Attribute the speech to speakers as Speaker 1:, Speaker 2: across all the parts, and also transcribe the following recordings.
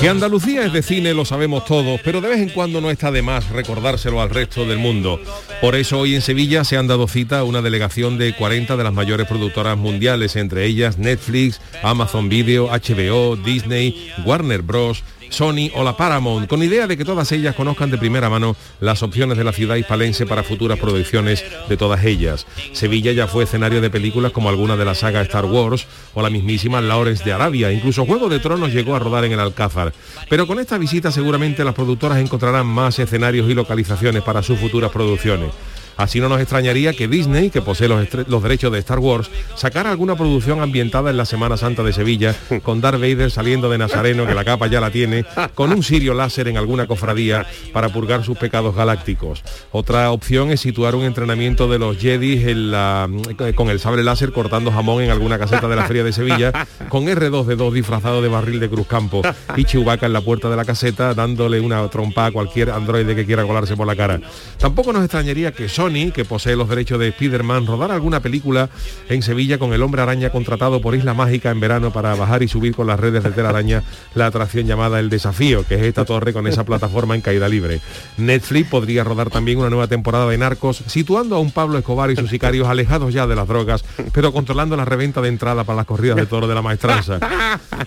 Speaker 1: Que Andalucía es de cine lo sabemos todos, pero de vez en cuando no está de más recordárselo al resto del mundo. Por eso hoy en Sevilla se han dado cita a una delegación de 40 de las mayores productoras mundiales, entre ellas Netflix, Amazon Video, HBO, Disney, Warner Bros. Sony o la Paramount, con idea de que todas ellas conozcan de primera mano las opciones de la ciudad hispalense para futuras producciones de todas ellas. Sevilla ya fue escenario de películas como alguna de la saga Star Wars o la mismísima Lawrence de Arabia, incluso Juego de Tronos llegó a rodar en el Alcázar. Pero con esta visita seguramente las productoras encontrarán más escenarios y localizaciones para sus futuras producciones. Así no nos extrañaría que Disney, que posee los, los, derechos de Star Wars, sacara alguna producción ambientada en la Semana Santa de Sevilla, con Darth Vader saliendo de Nazareno, que la capa ya la tiene, con un sirio láser en alguna cofradía para purgar sus pecados galácticos. Otra opción es situar un entrenamiento de los Jedi en la, eh, con el sable láser cortando jamón en alguna caseta de la Feria de Sevilla, con R2D2 disfrazado de barril de Cruzcampo y Chewbacca en la puerta de la caseta dándole una trompa a cualquier androide que quiera colarse por la cara. Tampoco nos extrañaría que Sony que posee los derechos de Spider-Man, rodar alguna película en Sevilla con el hombre araña contratado por Isla Mágica en verano para bajar y subir con las redes de telaraña la atracción llamada El Desafío, que es esta torre con esa plataforma en caída libre. Netflix podría rodar también una nueva temporada de Narcos, situando a un Pablo Escobar y sus sicarios alejados ya de las drogas, pero controlando la reventa de entrada para las corridas de toro de la maestranza.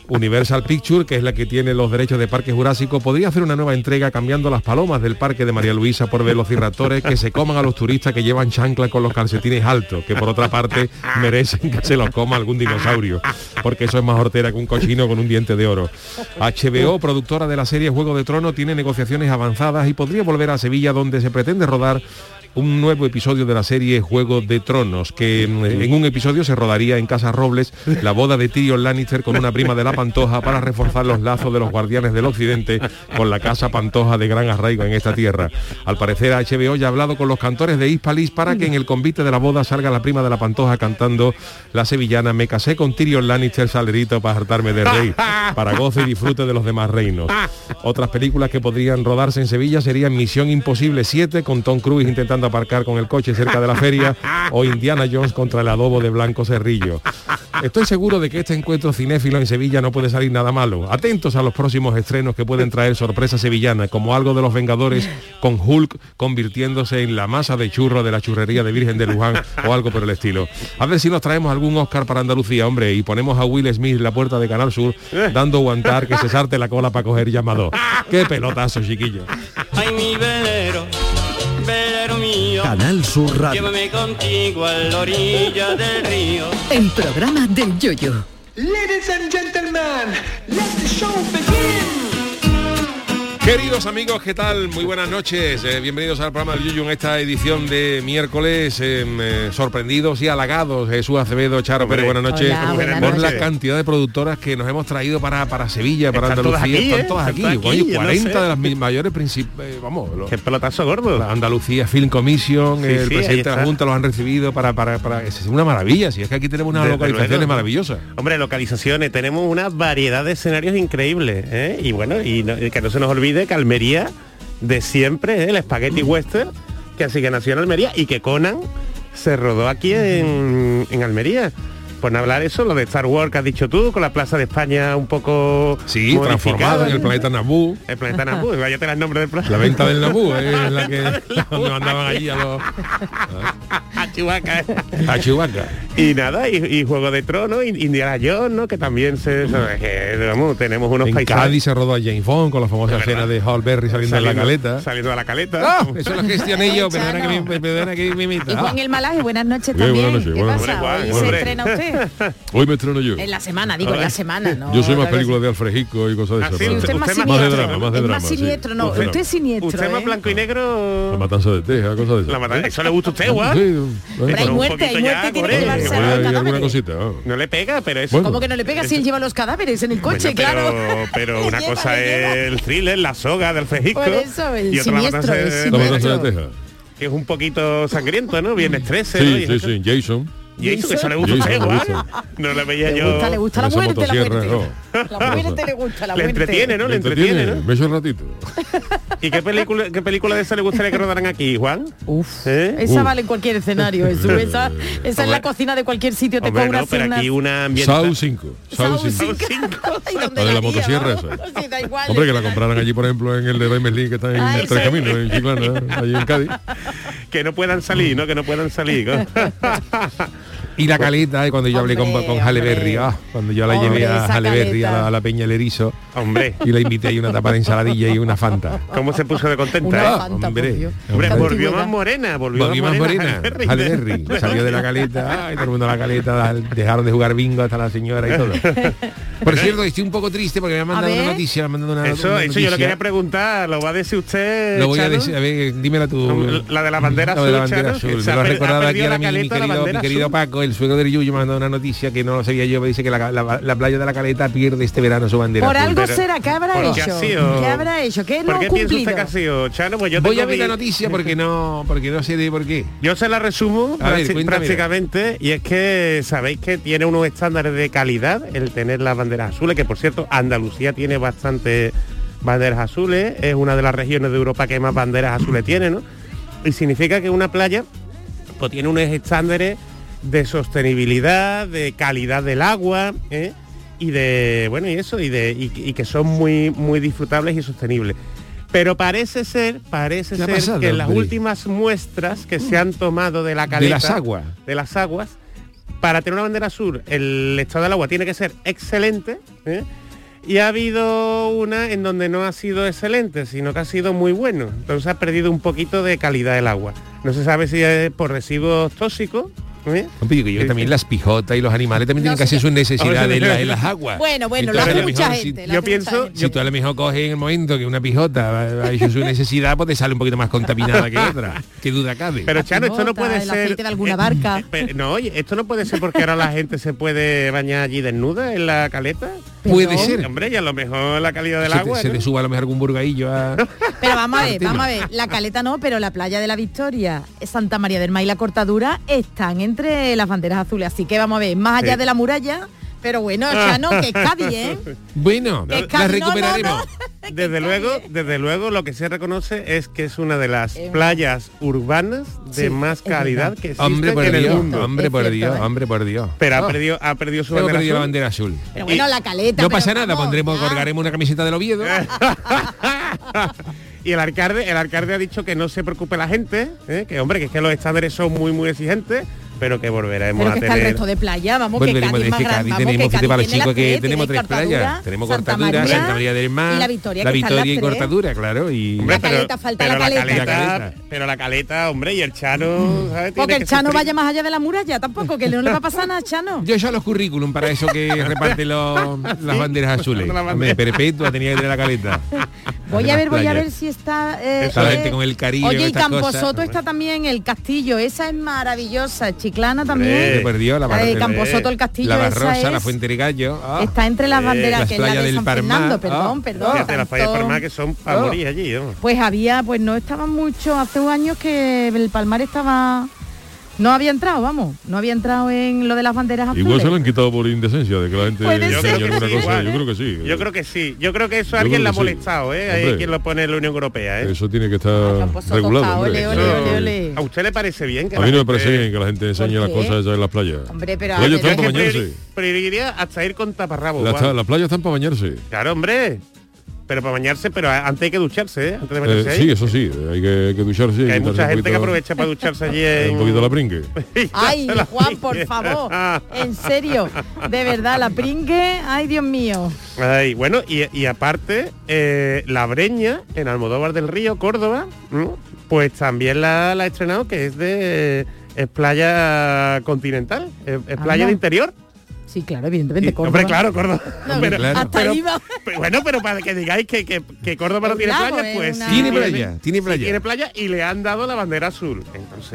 Speaker 1: Universal Picture, que es la que tiene los derechos de Parque Jurásico, podría hacer una nueva entrega cambiando las palomas del Parque de María Luisa por velociraptores que se coman a los turistas que llevan chancla con los calcetines altos, que por otra parte merecen que se los coma algún dinosaurio, porque eso es más hortera que un cochino con un diente de oro. HBO, productora de la serie Juego de Trono, tiene negociaciones avanzadas y podría volver a Sevilla donde se pretende rodar un nuevo episodio de la serie Juego de Tronos, que en, en, un episodio se rodaría en Casa Robles la boda de Tyrion Lannister con una prima de la Pantoja para reforzar los lazos de los guardianes del occidente con la Casa Pantoja de gran arraigo en esta tierra. Al parecer HBO ya ha hablado con los cantores de Hispalis para que en el convite de la boda salga la prima de la Pantoja cantando la sevillana Me casé con Tyrion Lannister salerito para hartarme de rey, para gozo y disfrute de los demás reinos. Otras películas que podrían rodarse en Sevilla serían Misión Imposible 7 con Tom Cruise intentando aparcar con el coche cerca de la feria o Indiana Jones contra el adobo de Blanco Cerrillo. Estoy seguro de que este encuentro cinéfilo en Sevilla no puede salir nada malo. Atentos a los próximos estrenos que pueden traer sorpresa sevillana, como algo de los Vengadores con Hulk convirtiéndose en la masa de churro de la churrería de Virgen de Luján o algo por el estilo. A ver si nos traemos algún Oscar para Andalucía, hombre, y ponemos a Will Smith en la puerta de Canal Sur dando guantar que se sarte la cola para coger llamado. ¡Qué pelotazo, chiquillo!
Speaker 2: Ay, mi velero. Mío,
Speaker 3: Canal Sur Radio.
Speaker 2: Llévame contigo a la orilla del río.
Speaker 4: El programa del yoyo.
Speaker 5: Ladies and gentlemen, let the show begin.
Speaker 1: Queridos amigos, ¿qué tal? Muy buenas noches. Eh, bienvenidos al programa del Yuyu en esta edición de miércoles. Eh, eh, sorprendidos y halagados, Jesús Acevedo, Charo Pérez, buenas noches.
Speaker 6: Hola, buenas
Speaker 1: por
Speaker 6: noches.
Speaker 1: la cantidad de productoras que nos hemos traído para, para Sevilla, para
Speaker 6: Están todas
Speaker 1: Andalucía.
Speaker 6: aquí,
Speaker 1: están
Speaker 6: ¿eh?
Speaker 1: todas aquí.
Speaker 6: Están aquí,
Speaker 1: Oye,
Speaker 6: yo no
Speaker 1: 40 de
Speaker 6: sé.
Speaker 1: las mi- mayores principales. Vamos, los-
Speaker 6: Qué pelotazo gordo.
Speaker 1: la Andalucía Film Commission,
Speaker 6: Sí,
Speaker 1: el
Speaker 6: sí, ahí
Speaker 1: presidente de la
Speaker 6: está.
Speaker 1: Junta los han recibido para, para, para- Es una maravilla, si es que aquí tenemos unas
Speaker 6: Desde
Speaker 1: localizaciones
Speaker 6: luego.
Speaker 1: maravillosas.
Speaker 6: Hombre, localizaciones, tenemos una variedad de escenarios increíbles. ¿eh? Y bueno, y no- y que no se nos olvide que Almería de siempre, ¿eh? el
Speaker 1: Mm.
Speaker 6: Spaghetti Western, que así que nació en Almería y que Conan se rodó aquí en,
Speaker 1: Mm.
Speaker 6: en Almería. Por no hablar eso, lo de Star Wars que has dicho tú, con la Plaza de España un poco
Speaker 1: Sí, transformada en el planeta Naboo.
Speaker 6: El planeta Nabú, vaya el nombre del
Speaker 1: La
Speaker 6: planeta.
Speaker 1: venta del Naboo es la que donde mandaban allí a los
Speaker 6: Ah, Chihuahua.
Speaker 1: a Chewbacca.
Speaker 6: Y nada, y, y Juego de Tronos, y Indiana Jones, ¿no? Que también se... se- que, vamos, tenemos unos
Speaker 1: En
Speaker 6: paisajes...
Speaker 1: Cádiz se rodó a Jane Fond con la famosa
Speaker 6: Es
Speaker 1: escena
Speaker 6: verdad.
Speaker 1: de Hall Berry saliendo de la caleta.
Speaker 6: Saliendo de la caleta.
Speaker 1: ¡Ah! Eso lo gestioné yo,
Speaker 7: Chano.
Speaker 1: perdona que me, perdona que me imita.
Speaker 7: Y Juan el Malaje, buenas noches
Speaker 1: Bien,
Speaker 7: también.
Speaker 1: buenas noches,
Speaker 7: ¿Qué
Speaker 1: buenas
Speaker 7: pasa?
Speaker 6: noches.
Speaker 7: Hoy
Speaker 6: Hombre.
Speaker 7: se entrena usted.
Speaker 3: qué?
Speaker 1: Hoy me estreno yo.
Speaker 3: En la semana, digo, en la semana, ¿no?
Speaker 1: Yo soy más
Speaker 3: Tal vez-
Speaker 1: películas de Alfrejico y cosas de
Speaker 6: Ah,
Speaker 1: esas.
Speaker 6: sí,
Speaker 1: ¿no?
Speaker 3: Sí, usted es más
Speaker 6: Usted
Speaker 3: siniestro.
Speaker 1: de drama, más de
Speaker 3: Es
Speaker 1: drama.
Speaker 3: más
Speaker 1: sí.
Speaker 3: siniestro, no.
Speaker 1: Más de
Speaker 3: Usted es
Speaker 1: drama.
Speaker 3: siniestro,
Speaker 6: Usted más
Speaker 3: ¿eh?
Speaker 6: blanco y
Speaker 1: La
Speaker 6: negro.
Speaker 1: matanza de Teja, cosas de esas.
Speaker 6: La matanza. Eso le gusta a usted, guau.
Speaker 1: Sí,
Speaker 6: Hombre,
Speaker 1: eh,
Speaker 3: Pero hay
Speaker 1: bueno,
Speaker 6: muerte,
Speaker 3: muerte, hay
Speaker 6: poquito ya,
Speaker 3: muerte, tiene que
Speaker 6: Corea.
Speaker 1: eh,
Speaker 3: llevarse
Speaker 1: voy
Speaker 3: a
Speaker 1: a
Speaker 3: los
Speaker 1: ir a alguna
Speaker 3: cadáveres.
Speaker 1: cosita. vamos.
Speaker 6: No le pega, pero eso.
Speaker 1: Bueno.
Speaker 3: ¿Cómo que no le pega si él lleva los cadáveres en el coche,
Speaker 6: Bueno, pero,
Speaker 3: claro?
Speaker 6: pero una
Speaker 3: Le lleva,
Speaker 6: cosa
Speaker 3: le lleva.
Speaker 6: es el thriller, la soga del Fejico.
Speaker 3: Por eso, el
Speaker 6: y otra
Speaker 3: siniestro,
Speaker 6: matanza
Speaker 3: el
Speaker 6: de-
Speaker 1: La
Speaker 3: siniestro.
Speaker 1: matanza de
Speaker 3: Maestro.
Speaker 1: Teja.
Speaker 6: que es un poquito sangriento, ¿no? Viernes 13, ¿no?
Speaker 1: Sí,
Speaker 6: Y
Speaker 1: sí,
Speaker 6: eso-
Speaker 1: sí. Jason.
Speaker 6: Y eso que eso le gusta a
Speaker 1: Jason,
Speaker 6: usted,
Speaker 1: le
Speaker 6: guau.
Speaker 1: gusta.
Speaker 6: No le veía
Speaker 3: Le
Speaker 6: yo.
Speaker 3: gusta, le gusta la
Speaker 1: Con esa
Speaker 3: muerte, la muerte.
Speaker 1: motosierra,
Speaker 3: La muerte le gusta, la
Speaker 6: Le
Speaker 3: muerte.
Speaker 6: entretiene, ¿no? Le entretiene, ¿no?
Speaker 1: Me echo un ratito.
Speaker 6: ¿Y qué película, qué película de esa le gustaría que rodaran aquí, Juan?
Speaker 3: Uf,
Speaker 6: ¿Eh?
Speaker 3: esa
Speaker 1: Uf.
Speaker 3: vale en cualquier escenario, Jesús. Esa, esa es
Speaker 6: Hombre.
Speaker 3: la cocina de cualquier sitio. Te
Speaker 6: Hombre,
Speaker 3: cobras
Speaker 6: no, pero
Speaker 3: unas-
Speaker 6: aquí una
Speaker 1: Saul
Speaker 6: ambiental.
Speaker 1: 5. Saul
Speaker 3: Saúl
Speaker 1: 5.
Speaker 3: sin cara. ¿Y dónde
Speaker 1: La de la
Speaker 3: tía,
Speaker 1: motosierra
Speaker 3: no?
Speaker 1: esa.
Speaker 3: Sí, da igual.
Speaker 1: Hombre, que la compraran allí, por ejemplo, en el de Lee, que está en
Speaker 3: Ah,
Speaker 1: el Tres
Speaker 3: ese.
Speaker 1: Caminos, en Chiclana, allí en Cádiz.
Speaker 6: Que no puedan salir, ¿no? Que no puedan salir.
Speaker 1: Y la caleta, eh, cuando yo hablé con,
Speaker 3: Hombre,
Speaker 1: con Halle Berry,
Speaker 3: hombre.
Speaker 1: ah, cuando yo la
Speaker 3: Hombre,
Speaker 1: llevé a
Speaker 3: esa
Speaker 1: Halle Berry, a la,
Speaker 3: caleta.
Speaker 1: a la Peña El Erizo,
Speaker 6: Hombre,
Speaker 1: y la invité ahí una tapa de ensaladilla y una fanta.
Speaker 6: ¿cómo se puso de
Speaker 3: Una
Speaker 6: contenta? eh?
Speaker 3: fanta,
Speaker 1: hombre.
Speaker 3: por Dios.
Speaker 6: Hombre,
Speaker 3: Tanta
Speaker 6: volvió
Speaker 3: antigüedad.
Speaker 6: más morena, volvió
Speaker 1: Volví más morena, Halle Berry, salió de la caleta, ay, todo el mundo a la caleta, dejaron de jugar bingo hasta la señora y todo. Por cierto, estoy un poco triste porque me han mandado una
Speaker 3: ver.
Speaker 1: noticia, me han mandado una,
Speaker 6: Eso,
Speaker 1: una
Speaker 6: eso yo lo
Speaker 1: noticia.
Speaker 6: quería preguntar, lo va a decir usted.
Speaker 1: Lo voy a
Speaker 6: Chano?
Speaker 1: decir, a ver, dímela tú.
Speaker 6: La de la bandera
Speaker 1: de la
Speaker 6: azul,
Speaker 1: bandera
Speaker 6: Chano, que
Speaker 1: azul.
Speaker 6: se
Speaker 1: Me
Speaker 6: ha
Speaker 1: lo ha
Speaker 6: per- ha
Speaker 1: recordado aquí
Speaker 6: perdido
Speaker 1: ahora
Speaker 6: la
Speaker 1: mi, mi
Speaker 6: caleta, la
Speaker 1: querido, mi
Speaker 6: bandera
Speaker 1: querido
Speaker 6: azul.
Speaker 1: Paco, el suegro del Yuyu, me ha mandado una noticia que no lo sabía yo, me dice que la, la- la playa de la Caleta pierde este verano su bandera
Speaker 3: Por
Speaker 1: azul.
Speaker 3: algo
Speaker 6: Pero-
Speaker 3: será, ¿qué habrá
Speaker 6: ¿por qué
Speaker 3: hecho?
Speaker 6: ha sido?
Speaker 3: ¿Qué habrá hecho? ¿Qué
Speaker 6: ¿Por
Speaker 3: no
Speaker 6: qué piensa
Speaker 3: cumplido?
Speaker 6: usted que ha sido, Chano? Pues yo
Speaker 1: Voy
Speaker 6: tengo
Speaker 1: a ver
Speaker 6: mi-
Speaker 1: la noticia porque no, porque no sé de por qué.
Speaker 6: Yo se la resumo
Speaker 1: A ver,
Speaker 6: prácti-
Speaker 1: cuéntame.
Speaker 6: prácticamente y es que sabéis que tiene unos estándares de calidad el tener las banderas azules, que por cierto Andalucía tiene bastante banderas azules, es una de las regiones de Europa que más banderas azules tiene, ¿no? Y significa que una playa pues tiene unos estándares de sostenibilidad, de calidad del agua, ¿eh? y de bueno y eso y de y, y que son muy muy disfrutables y sostenibles. Pero parece ser, parece
Speaker 1: ¿Qué ha
Speaker 6: ser
Speaker 1: pasado,
Speaker 6: que en las
Speaker 1: hombre?
Speaker 6: últimas muestras que se han tomado de la caleta
Speaker 1: De las aguas.
Speaker 6: de las aguas, para tener una bandera azul, el estado del agua tiene que ser excelente. ¿eh? Y ha habido una en donde no ha sido excelente, sino que ha sido muy bueno. Entonces ha perdido un poquito de calidad del agua. No se sabe si es por residuos tóxicos. ¿eh?
Speaker 1: Hombre, yo creo que también las pijotas y los animales también tienen que hacer sus necesidades en, la- en las aguas.
Speaker 3: Bueno, bueno, lo
Speaker 1: Entonces,
Speaker 3: hace
Speaker 1: a
Speaker 3: mucha
Speaker 1: mejor, si-
Speaker 3: gente. lo
Speaker 6: yo
Speaker 3: hace mucha
Speaker 6: pienso-
Speaker 3: gente.
Speaker 1: Si tú a lo mejor coges en el momento que una pijota ha hecho su necesidad, pues te sale un poquito más contaminada que otra. Qué duda cabe.
Speaker 6: Pero
Speaker 3: La
Speaker 6: Chano, esto no
Speaker 3: pivota,
Speaker 6: puede
Speaker 3: el
Speaker 6: ser.
Speaker 3: aceite de alguna barca.
Speaker 6: eh, pero- no, oye, esto no puede ser porque ahora la gente se puede bañar allí desnuda en la caleta.
Speaker 1: Puede
Speaker 3: Perdón.
Speaker 1: ser.
Speaker 6: Hombre, y a lo mejor la calidad del
Speaker 1: Ah, se, te,
Speaker 6: agua.
Speaker 1: se
Speaker 6: ¿no?
Speaker 1: te suba a lo mejor algún burgadillo a...
Speaker 3: Pero vamos a ver,
Speaker 1: Martina.
Speaker 3: vamos a ver. La caleta no, pero la playa de la Victoria, Santa María del Mar y la Cortadura están entre las banderas azules. Así que vamos a ver, más allá
Speaker 6: Sí.
Speaker 3: de la muralla, pero bueno, ya no, que es Cádiz, ¿eh?
Speaker 1: Bueno,
Speaker 3: Que es
Speaker 1: la
Speaker 3: Cádiz, no, no,
Speaker 1: recuperaremos.
Speaker 3: no. Que
Speaker 6: Desde
Speaker 3: es
Speaker 6: luego,
Speaker 3: Cádiz, ¿eh?
Speaker 6: desde luego lo que se reconoce es que es una de las
Speaker 3: Eh,
Speaker 6: playas urbanas de
Speaker 3: Sí,
Speaker 6: más
Speaker 3: es
Speaker 6: calidad
Speaker 3: verdad.
Speaker 6: que existe
Speaker 1: Hombre por
Speaker 6: en el
Speaker 1: Dios,
Speaker 6: mundo.
Speaker 1: hombre
Speaker 3: Es
Speaker 1: por
Speaker 3: cierto,
Speaker 1: Dios,
Speaker 3: ¿eh?
Speaker 1: hombre por Dios.
Speaker 6: Pero ha
Speaker 1: Ah,
Speaker 6: perdido, ha perdido su
Speaker 1: hemos
Speaker 6: bandera.
Speaker 1: perdido la
Speaker 6: azul.
Speaker 1: bandera azul.
Speaker 3: Pero bueno, la caleta.
Speaker 1: No
Speaker 3: pero
Speaker 1: pasa nada,
Speaker 3: vamos,
Speaker 1: pondremos,
Speaker 3: ya.
Speaker 1: colgaremos una camiseta del Oviedo.
Speaker 3: Ah.
Speaker 6: y el alcalde, el alcalde ha dicho que no se preocupe la gente, ¿eh? que hombre, que es que los estándares son muy muy exigentes, pero que volveremos
Speaker 3: Pero que
Speaker 6: a
Speaker 3: está el
Speaker 6: tener.
Speaker 3: resto de playa, vamos,
Speaker 1: Bueno,
Speaker 3: que
Speaker 1: tenemos-
Speaker 3: Cádiz es
Speaker 1: es
Speaker 3: más
Speaker 1: que
Speaker 3: grande,
Speaker 1: Cádiz
Speaker 3: vamos,
Speaker 1: tenemos,
Speaker 3: que
Speaker 1: fíjate, para los
Speaker 3: tiene
Speaker 1: chicos
Speaker 3: las
Speaker 1: que tenemos tres
Speaker 3: tenéis
Speaker 1: playas.
Speaker 3: Cortadura,
Speaker 1: Tenemos
Speaker 3: Santa
Speaker 1: cortadura,
Speaker 3: María
Speaker 1: Santa María del Mar,
Speaker 3: y la Victoria,
Speaker 1: la
Speaker 3: que están
Speaker 1: Victoria y
Speaker 3: las tres.
Speaker 1: cortadura, claro. Y
Speaker 6: Hombre,
Speaker 3: La caleta, falta la
Speaker 6: pero
Speaker 3: caleta. Mm.
Speaker 1: La caleta.
Speaker 6: Pero la caleta, hombre, y el Chano, ¿sabes? Tiene
Speaker 3: Porque
Speaker 6: que
Speaker 3: el Chano
Speaker 6: sufrir.
Speaker 3: vaya más allá de la muralla tampoco, que no le va a pasar nada, Chano.
Speaker 1: yo ya los currículum para eso que reparten los- las banderas azules.
Speaker 6: Las banderas.
Speaker 1: Hombre, perpetua tenía que tener la caleta.
Speaker 3: Eh. Voy a
Speaker 1: Además,
Speaker 3: ver, voy a
Speaker 1: playas.
Speaker 3: ver si está... eh,
Speaker 1: Está la
Speaker 3: eh,
Speaker 1: gente con el Caribe, con
Speaker 3: Oye, y
Speaker 1: estas
Speaker 3: Camposoto
Speaker 1: cosas.
Speaker 3: está también, el castillo, esa es maravillosa, Chiclana
Speaker 1: Se
Speaker 3: también.
Speaker 1: perdió la,
Speaker 3: La
Speaker 1: bar-
Speaker 3: de
Speaker 1: el-
Speaker 3: Camposoto, el castillo,
Speaker 1: la
Speaker 3: esa
Speaker 1: barrosa, la
Speaker 3: es-
Speaker 1: fuente de gallo. Ah.
Speaker 3: Está entre las banderas
Speaker 1: las
Speaker 3: que es la
Speaker 1: playas
Speaker 3: de
Speaker 1: del
Speaker 3: San
Speaker 1: Parma,
Speaker 3: Fíjate,
Speaker 1: ah.
Speaker 3: perdón, perdón.
Speaker 6: Fíjate, las fallas
Speaker 3: tanto-
Speaker 6: permas que son para
Speaker 1: Ah.
Speaker 6: morir allí. vamos.
Speaker 3: Pues había, pues no estaban mucho, hace unos años que el Palmar estaba... No había entrado, vamos, no había entrado en lo de las banderas azules.
Speaker 7: Igual se lo han quitado por indecencia de que la gente
Speaker 3: Ah, Puede
Speaker 7: enseñe
Speaker 3: ser.
Speaker 7: alguna
Speaker 6: Sí,
Speaker 7: cosa.
Speaker 6: igual. ¿eh?
Speaker 7: Yo creo que sí. eh.
Speaker 6: Yo creo que sí, yo creo que eso
Speaker 7: Yo
Speaker 6: a alguien
Speaker 7: creo
Speaker 6: la ha
Speaker 7: que sí.
Speaker 6: molestado, ¿eh? Hay
Speaker 7: Hombre.
Speaker 6: quien lo pone en la Unión Europea, ¿eh?
Speaker 7: Eso tiene que
Speaker 3: Ah,
Speaker 7: estar
Speaker 3: Camposoto
Speaker 7: regulado.
Speaker 3: está,
Speaker 7: hombre.
Speaker 3: ole, ole,
Speaker 7: Eso-
Speaker 3: ole, ole.
Speaker 6: ¿A usted le parece bien que
Speaker 7: A
Speaker 6: la
Speaker 7: mí no me
Speaker 6: gente-
Speaker 7: parece bien que la gente enseñe
Speaker 3: ¿Por
Speaker 7: las
Speaker 3: qué?
Speaker 7: cosas esas en las playas.
Speaker 3: Hombre, pero...
Speaker 7: Ellos
Speaker 3: pero-
Speaker 7: están para
Speaker 6: que
Speaker 7: bañarse.
Speaker 6: priori- priorizaría hasta ir con taparrabos.
Speaker 7: Las
Speaker 6: Juan.
Speaker 7: las playas están para bañarse.
Speaker 6: Claro, hombre. Pero para bañarse, pero a- antes hay que ducharse, ¿eh? Antes de
Speaker 7: Eh,
Speaker 6: bañarse ahí.
Speaker 7: sí, eso sí, hay que, hay que ducharse. y
Speaker 6: Que hay
Speaker 7: quitarse
Speaker 6: mucha
Speaker 7: un
Speaker 6: gente que
Speaker 7: poquito-
Speaker 6: aprovecha para ducharse allí en...
Speaker 7: Un poquito la pringue.
Speaker 3: Ay, Juan, por favor, en serio, de verdad, la pringue, ay, Dios mío.
Speaker 6: Ay, bueno, y, y aparte, eh, La Breña, en Almodóvar del Río, Córdoba, ¿no? pues también la, la ha estrenado, que es de... Es playa continental, es, es playa de interior.
Speaker 3: Sí, claro, evidentemente.
Speaker 6: Y-
Speaker 3: Ah, Córdoba.
Speaker 6: Hombre, claro, Córdoba.
Speaker 3: No,
Speaker 6: Pero-
Speaker 7: claro.
Speaker 3: Hasta
Speaker 6: pero-
Speaker 3: ahí va.
Speaker 6: pero bueno, pero para que digáis que, que- que Córdoba no
Speaker 3: Un
Speaker 6: tiene
Speaker 3: lago,
Speaker 6: playa,
Speaker 3: es
Speaker 6: pues
Speaker 3: una-
Speaker 6: sí
Speaker 1: Tiene playa, tiene
Speaker 6: sí
Speaker 1: playa.
Speaker 6: tiene playa y le han dado la bandera azul.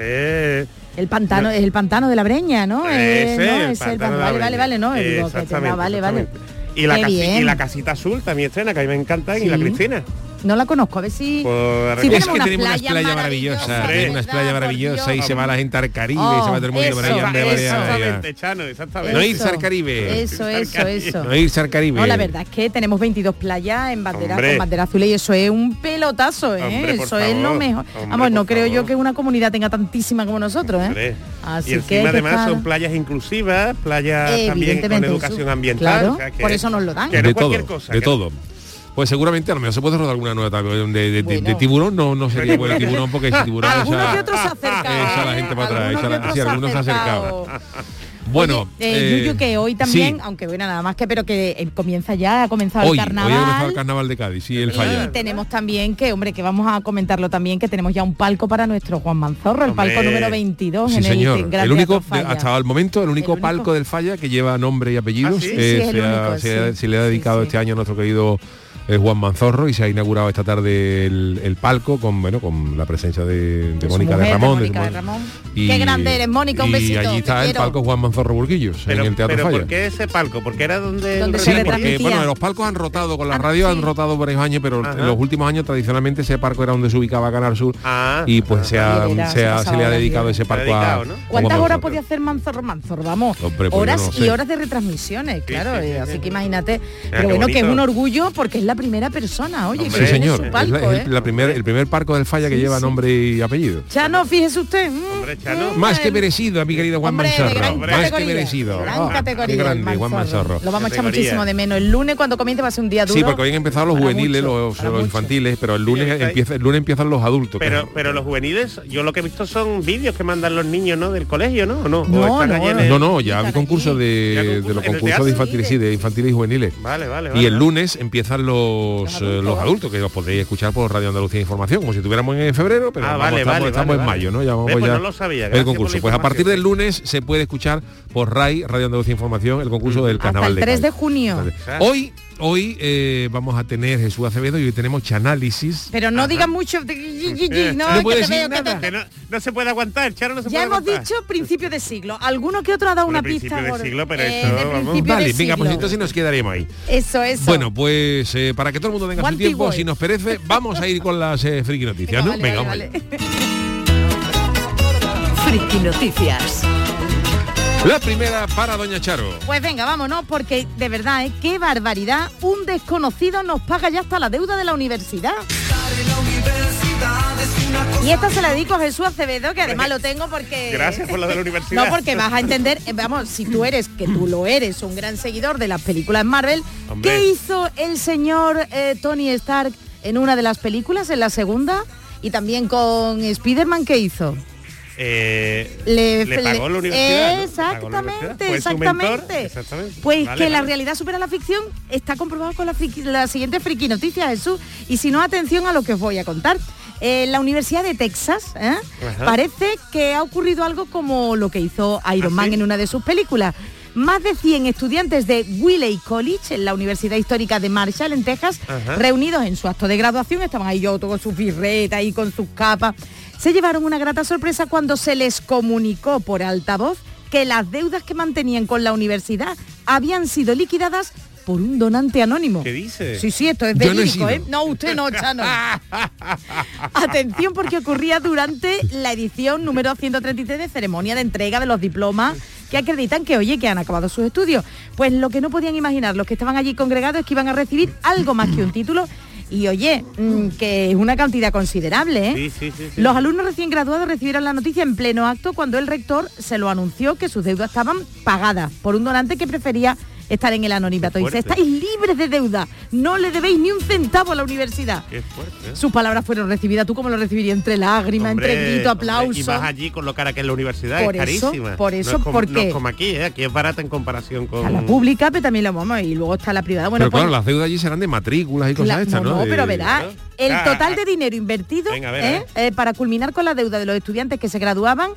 Speaker 6: Entonces,
Speaker 3: El pantano, es el pantano de la Breña, ¿no? Eh, no,
Speaker 6: el
Speaker 3: es el pan-
Speaker 6: pantano de la
Speaker 3: Vale,
Speaker 6: Breña.
Speaker 3: vale, vale, no. digo, que te-
Speaker 6: Exactamente,
Speaker 3: no, vale, vale.
Speaker 6: exactamente. Y la,
Speaker 3: Qué
Speaker 6: casi- y
Speaker 3: bien.
Speaker 6: la casita azul también estrena, que a mí me encanta, y la
Speaker 3: Sí.
Speaker 6: Cristina.
Speaker 3: No la conozco, a ver si.
Speaker 6: Pues,
Speaker 3: si
Speaker 6: es
Speaker 3: tenemos una playa maravillosa,
Speaker 6: hombre.
Speaker 1: Unas playas maravillosas y se va la gente al Caribe,
Speaker 3: Oh,
Speaker 1: y se va todo el mundo
Speaker 3: eso.
Speaker 1: para allá. hombre, vaya, vaya.
Speaker 6: Exactamente, Chano, exactamente.
Speaker 1: No irse al Caribe.
Speaker 3: Eso,
Speaker 6: Irse
Speaker 3: eso,
Speaker 6: al
Speaker 3: eso.
Speaker 1: No irse al Caribe.
Speaker 3: No, la verdad es que tenemos 22 playas en bandera,
Speaker 6: Hombre.
Speaker 3: con bandera azul y eso es un pelotazo, ¿eh?
Speaker 6: Hombre, por
Speaker 3: eso es lo
Speaker 6: favor.
Speaker 3: mejor.
Speaker 6: Hombre,
Speaker 3: Vamos, no
Speaker 6: por
Speaker 3: creo yo
Speaker 6: favor.
Speaker 3: que una comunidad tenga tantísima como nosotros, ¿eh?
Speaker 6: Hombre.
Speaker 3: Así
Speaker 6: y
Speaker 3: que hay
Speaker 6: encima
Speaker 3: que
Speaker 6: además
Speaker 3: estar-
Speaker 6: son playas inclusivas, playas también con
Speaker 3: Evidentemente,
Speaker 6: educación
Speaker 3: Jesús.
Speaker 6: ambiental.
Speaker 3: Claro,
Speaker 6: o sea que-
Speaker 3: por eso nos lo dan.
Speaker 6: que no
Speaker 1: de
Speaker 6: cualquier
Speaker 1: todo,
Speaker 6: cosa,
Speaker 1: de
Speaker 6: que-
Speaker 1: todo. Pues seguramente a lo mejor se puede rodar alguna nueva también de, de- de-
Speaker 3: Bueno.
Speaker 1: de tiburón, no, no sería bueno el tiburón porque
Speaker 6: Ah,
Speaker 1: ese tiburón
Speaker 3: Alguno
Speaker 1: esa-
Speaker 3: que otro se acerca.
Speaker 1: esa la gente para atrás, esa la- sí, algunos se acercaban.
Speaker 6: Ah,
Speaker 3: Bueno,
Speaker 1: Bueno, eh,
Speaker 3: Yuyu, que hoy también,
Speaker 1: sí,
Speaker 3: aunque bueno, nada más que, pero que eh, comienza ya, ha comenzado
Speaker 1: hoy, hoy
Speaker 3: el
Speaker 1: ha
Speaker 3: carnaval.
Speaker 1: comenzado el carnaval de Cádiz, sí, el falla.
Speaker 3: Y tenemos también que, hombre, que vamos a comentarlo también, que tenemos ya un palco para nuestro Juan Manzorro, el
Speaker 6: Hombre.
Speaker 3: palco número 22
Speaker 1: Sí,
Speaker 3: en
Speaker 1: señor.
Speaker 3: el Gran
Speaker 1: El único,
Speaker 3: Teatro Falla.
Speaker 1: hasta el momento, el único
Speaker 3: El único.
Speaker 1: palco del Falla que lleva nombre y apellidos. eh,
Speaker 6: Ah, sí. Sí,
Speaker 3: sí, es el
Speaker 1: se, ha-
Speaker 3: único,
Speaker 1: se ha-
Speaker 3: sí.
Speaker 1: se le ha
Speaker 3: Sí,
Speaker 1: dedicado
Speaker 3: sí.
Speaker 1: este año a nuestro querido eh, Juan Manzorro y se ha inaugurado esta tarde el, el palco con bueno con la presencia de, de
Speaker 3: De su
Speaker 1: Mónica de
Speaker 3: mujer, de
Speaker 1: Ramón.
Speaker 3: Mónica de
Speaker 1: su
Speaker 3: Ramón.
Speaker 1: mujer.
Speaker 3: Qué grande eres, Mónica, un
Speaker 1: Y
Speaker 3: besito,
Speaker 1: allí
Speaker 3: te
Speaker 1: está el
Speaker 3: quiero.
Speaker 1: palco Juan Manzorro Burguillos
Speaker 6: Pero,
Speaker 1: en el Teatro
Speaker 6: pero
Speaker 1: Falla.
Speaker 6: ¿por qué ese palco? Porque era donde...
Speaker 3: Donde
Speaker 6: el
Speaker 3: se
Speaker 1: Sí,
Speaker 6: rey-
Speaker 1: porque
Speaker 3: retransmitía.
Speaker 1: bueno, los palcos han rotado con la
Speaker 3: Ah,
Speaker 1: radio, han
Speaker 3: sí.
Speaker 1: rotado varios años, pero
Speaker 6: Ajá.
Speaker 1: en los últimos años tradicionalmente ese palco era donde se ubicaba Canal Sur
Speaker 6: Ah,
Speaker 1: y pues se, ha-
Speaker 3: Ayer era,
Speaker 1: se ha-
Speaker 3: se
Speaker 1: se le ha
Speaker 3: pasaba
Speaker 1: dedicado
Speaker 3: la
Speaker 1: ese
Speaker 6: vida.
Speaker 1: palco
Speaker 6: Se ha
Speaker 1: a
Speaker 6: dedicado, ¿no?
Speaker 3: ¿Cuántas
Speaker 1: Juan
Speaker 3: horas
Speaker 1: Manzorro.
Speaker 3: podía hacer Manzorro Manzorro? Vamos,
Speaker 1: Hombre, pues yo
Speaker 3: horas
Speaker 1: no sé.
Speaker 3: y horas de retransmisiones, claro,
Speaker 6: sí,
Speaker 3: eh,
Speaker 6: sí,
Speaker 3: así
Speaker 6: sí.
Speaker 3: que imagínate.
Speaker 6: qué
Speaker 3: Pero bueno, que es
Speaker 6: bonito.
Speaker 3: un orgullo porque es la primera persona, oye,
Speaker 6: Hombre.
Speaker 1: Sí,
Speaker 3: que tiene
Speaker 1: señor.
Speaker 3: su
Speaker 1: Es
Speaker 3: palco,
Speaker 1: la- es
Speaker 3: ¿eh?
Speaker 1: el, la primer- el primer parco del falla que
Speaker 3: Sí,
Speaker 1: lleva
Speaker 3: sí.
Speaker 1: nombre y apellido.
Speaker 3: Chano, fíjese usted. mm,
Speaker 6: Hombre, Chano.
Speaker 3: mm,
Speaker 1: Más que
Speaker 3: el-
Speaker 1: merecido, mi querido Juan
Speaker 3: Hombre, de
Speaker 1: Manzorro.
Speaker 3: gran
Speaker 1: Más que
Speaker 3: categoría,
Speaker 1: merecido.
Speaker 3: de
Speaker 1: Ah,
Speaker 3: Gran
Speaker 1: qué
Speaker 3: categoría, el
Speaker 1: grande, Juan Manzorro.
Speaker 3: Lo vamos a echar
Speaker 6: Categoría.
Speaker 3: muchísimo de menos. El lunes cuando comience va a ser un día duro.
Speaker 1: Sí, porque hoy han empezado los
Speaker 3: Para
Speaker 1: juveniles,
Speaker 3: mucho,
Speaker 1: los,
Speaker 3: para eh,
Speaker 1: los
Speaker 3: mucho.
Speaker 1: infantiles, pero el lunes
Speaker 6: Sí, está ahí.
Speaker 1: empieza, el lunes empiezan los adultos.
Speaker 6: Pero,
Speaker 1: que-
Speaker 6: pero los juveniles, yo lo que he visto son vídeos que mandan los niños, ¿no? Del colegio, ¿no? ¿O no? ¿O
Speaker 3: No,
Speaker 6: están
Speaker 3: no,
Speaker 6: allí en el-
Speaker 1: no, no, ya hay
Speaker 3: Están
Speaker 1: concurso
Speaker 3: allí.
Speaker 6: Ya
Speaker 1: de,
Speaker 6: concurso-
Speaker 1: de los
Speaker 6: en el
Speaker 1: concursos de
Speaker 6: teatro.
Speaker 1: infantiles, sí, de infantiles y juveniles.
Speaker 6: Vale, vale, vale.
Speaker 1: Y el lunes empiezan los,
Speaker 3: Los
Speaker 1: eh, los adultos.
Speaker 3: adultos.
Speaker 1: que los podréis escuchar por Radio Andalucía Información, como si estuviéramos en febrero, pero
Speaker 6: Ah,
Speaker 1: vamos,
Speaker 6: vale,
Speaker 1: estamos,
Speaker 6: vale,
Speaker 1: estamos
Speaker 6: vale,
Speaker 1: en
Speaker 6: vale.
Speaker 1: mayo, ¿no? Ya vamos
Speaker 6: Ve, pues
Speaker 1: ya
Speaker 6: no lo sabía,
Speaker 1: el
Speaker 6: gracias por la
Speaker 1: concurso. Pues a partir
Speaker 6: información.
Speaker 1: del lunes se puede escuchar por RAI, Radio Andalucía Información, el concurso
Speaker 6: Mm.
Speaker 1: del
Speaker 3: Hasta
Speaker 1: carnaval
Speaker 3: el 3 de
Speaker 1: Cádiz.
Speaker 3: junio.
Speaker 1: Entonces, Hoy, hoy eh, vamos a tener Jesús Acevedo y hoy tenemos Chanálisis.
Speaker 3: Pero no digan mucho. de- y- y- y- No,
Speaker 1: No
Speaker 3: que
Speaker 1: puede
Speaker 3: te
Speaker 1: decir
Speaker 3: veo, que te-
Speaker 1: nada.
Speaker 6: Que no, no se puede aguantar, Chano, no se
Speaker 3: Ya
Speaker 6: puede
Speaker 3: hemos
Speaker 6: aguantar.
Speaker 3: dicho principio de siglo. Alguno que otro ha dado
Speaker 6: Hombre,
Speaker 3: una pista.
Speaker 6: principio de
Speaker 3: Jorge.
Speaker 6: siglo, pero
Speaker 3: Eh,
Speaker 6: eso,
Speaker 3: de
Speaker 6: vamos.
Speaker 3: principio
Speaker 1: Vale,
Speaker 3: de
Speaker 1: venga, pues
Speaker 3: siglo.
Speaker 1: entonces nos quedaremos ahí.
Speaker 3: Eso, eso.
Speaker 1: Bueno, pues eh, para que todo el mundo tenga
Speaker 3: One
Speaker 1: su tiempo,
Speaker 3: Piece
Speaker 1: si
Speaker 3: Boy.
Speaker 1: nos perece, vamos a ir con las eh, friki noticias,
Speaker 3: Venga,
Speaker 1: ¿no?
Speaker 3: vale,
Speaker 1: Venga,
Speaker 3: vale,
Speaker 1: vamos.
Speaker 3: vale.
Speaker 4: Friki Noticias.
Speaker 1: La primera para Doña Charo.
Speaker 3: Pues venga, vámonos, porque de verdad, ¿eh? qué barbaridad. Un desconocido nos paga ya hasta la deuda de la universidad. Y esta se la dedico a Jesús Acevedo, que además lo tengo porque...
Speaker 6: Gracias por lo de la
Speaker 3: No,
Speaker 6: universidad.
Speaker 3: porque vas a entender, eh, vamos, si tú eres, que tú lo eres, un gran seguidor de las películas Marvel,
Speaker 6: Hombre.
Speaker 3: ¿qué hizo el señor eh, Tony Stark en una de las películas, en la segunda? Y también con Spider-Man, ¿qué hizo?
Speaker 6: Eh,
Speaker 3: le,
Speaker 6: le
Speaker 3: le-
Speaker 6: pagó la universidad. ¿no? Le pagó la
Speaker 3: Exactamente,
Speaker 6: universidad. Fue su
Speaker 3: exactamente.
Speaker 6: mentor, exactamente.
Speaker 3: Pues
Speaker 6: Vale,
Speaker 3: que la
Speaker 6: vale.
Speaker 3: realidad supera la ficción está comprobado con la, friki- la siguiente friki noticia, Jesús. Y si no, atención a lo que os voy a contar. Eh, la Universidad de Texas ¿eh?
Speaker 6: Ajá.
Speaker 3: parece que ha ocurrido algo como lo que hizo Iron
Speaker 6: ¿Ah,
Speaker 3: Man
Speaker 6: sí?
Speaker 3: en una de sus películas. Más de 100 estudiantes de Wiley College, en la Universidad Histórica de Marshall, en Texas,
Speaker 6: Ajá.
Speaker 3: reunidos en su acto de graduación, estaban ahí yo con sus birretas y con sus capas, se llevaron una grata sorpresa cuando se les comunicó por altavoz que las deudas que mantenían con la universidad habían sido liquidadas por un donante anónimo.
Speaker 6: ¿Qué dice?
Speaker 3: Sí, sí, esto es
Speaker 1: Yo no he
Speaker 3: verídico,
Speaker 1: sido.
Speaker 3: ¿eh? No, usted no, Chano. Atención porque ocurría durante la edición número 133 de ceremonia de entrega de los diplomas que acreditan que, oye, que han acabado sus estudios. Pues lo que no podían imaginar los que estaban allí congregados es que iban a recibir algo más que un título y, oye, mm, que es una cantidad considerable, ¿eh?
Speaker 6: Sí, sí, sí, sí.
Speaker 3: Los alumnos recién graduados recibieron la noticia en pleno acto cuando el rector se lo anunció que sus deudas estaban pagadas por un donante que prefería estar en el anonimato. Dice,
Speaker 6: fuerte.
Speaker 3: estáis libres de deuda, no le debéis ni un centavo a la universidad.
Speaker 6: Qué fuerte. ¿eh?
Speaker 3: Sus palabras fueron recibidas, ¿tú cómo lo recibirías? Entre lágrimas, entre
Speaker 6: Hombre,
Speaker 3: grito,
Speaker 6: hombre, Y
Speaker 3: aplauso.
Speaker 6: vas allí con lo cara que es la universidad,
Speaker 3: Por
Speaker 6: es
Speaker 3: eso,
Speaker 6: carísima.
Speaker 3: por
Speaker 6: No es
Speaker 3: eso,
Speaker 6: como- No
Speaker 3: porque-
Speaker 6: es como aquí, ¿eh? aquí es barata en comparación con...
Speaker 3: Está la pública, pero también la vamos y luego está la privada. Bueno,
Speaker 1: pero claro,
Speaker 3: pues-
Speaker 1: las deudas allí serán de matrículas y cosas
Speaker 3: Cla-
Speaker 1: estas, ¿no?
Speaker 3: no,
Speaker 1: De-
Speaker 3: pero verás,
Speaker 6: ¿no?
Speaker 3: el
Speaker 6: Ah,
Speaker 3: total
Speaker 6: ah.
Speaker 3: de dinero invertido
Speaker 6: Venga, a ver,
Speaker 3: ¿eh?
Speaker 6: a ver.
Speaker 3: Eh, para culminar con la deuda de los estudiantes que se graduaban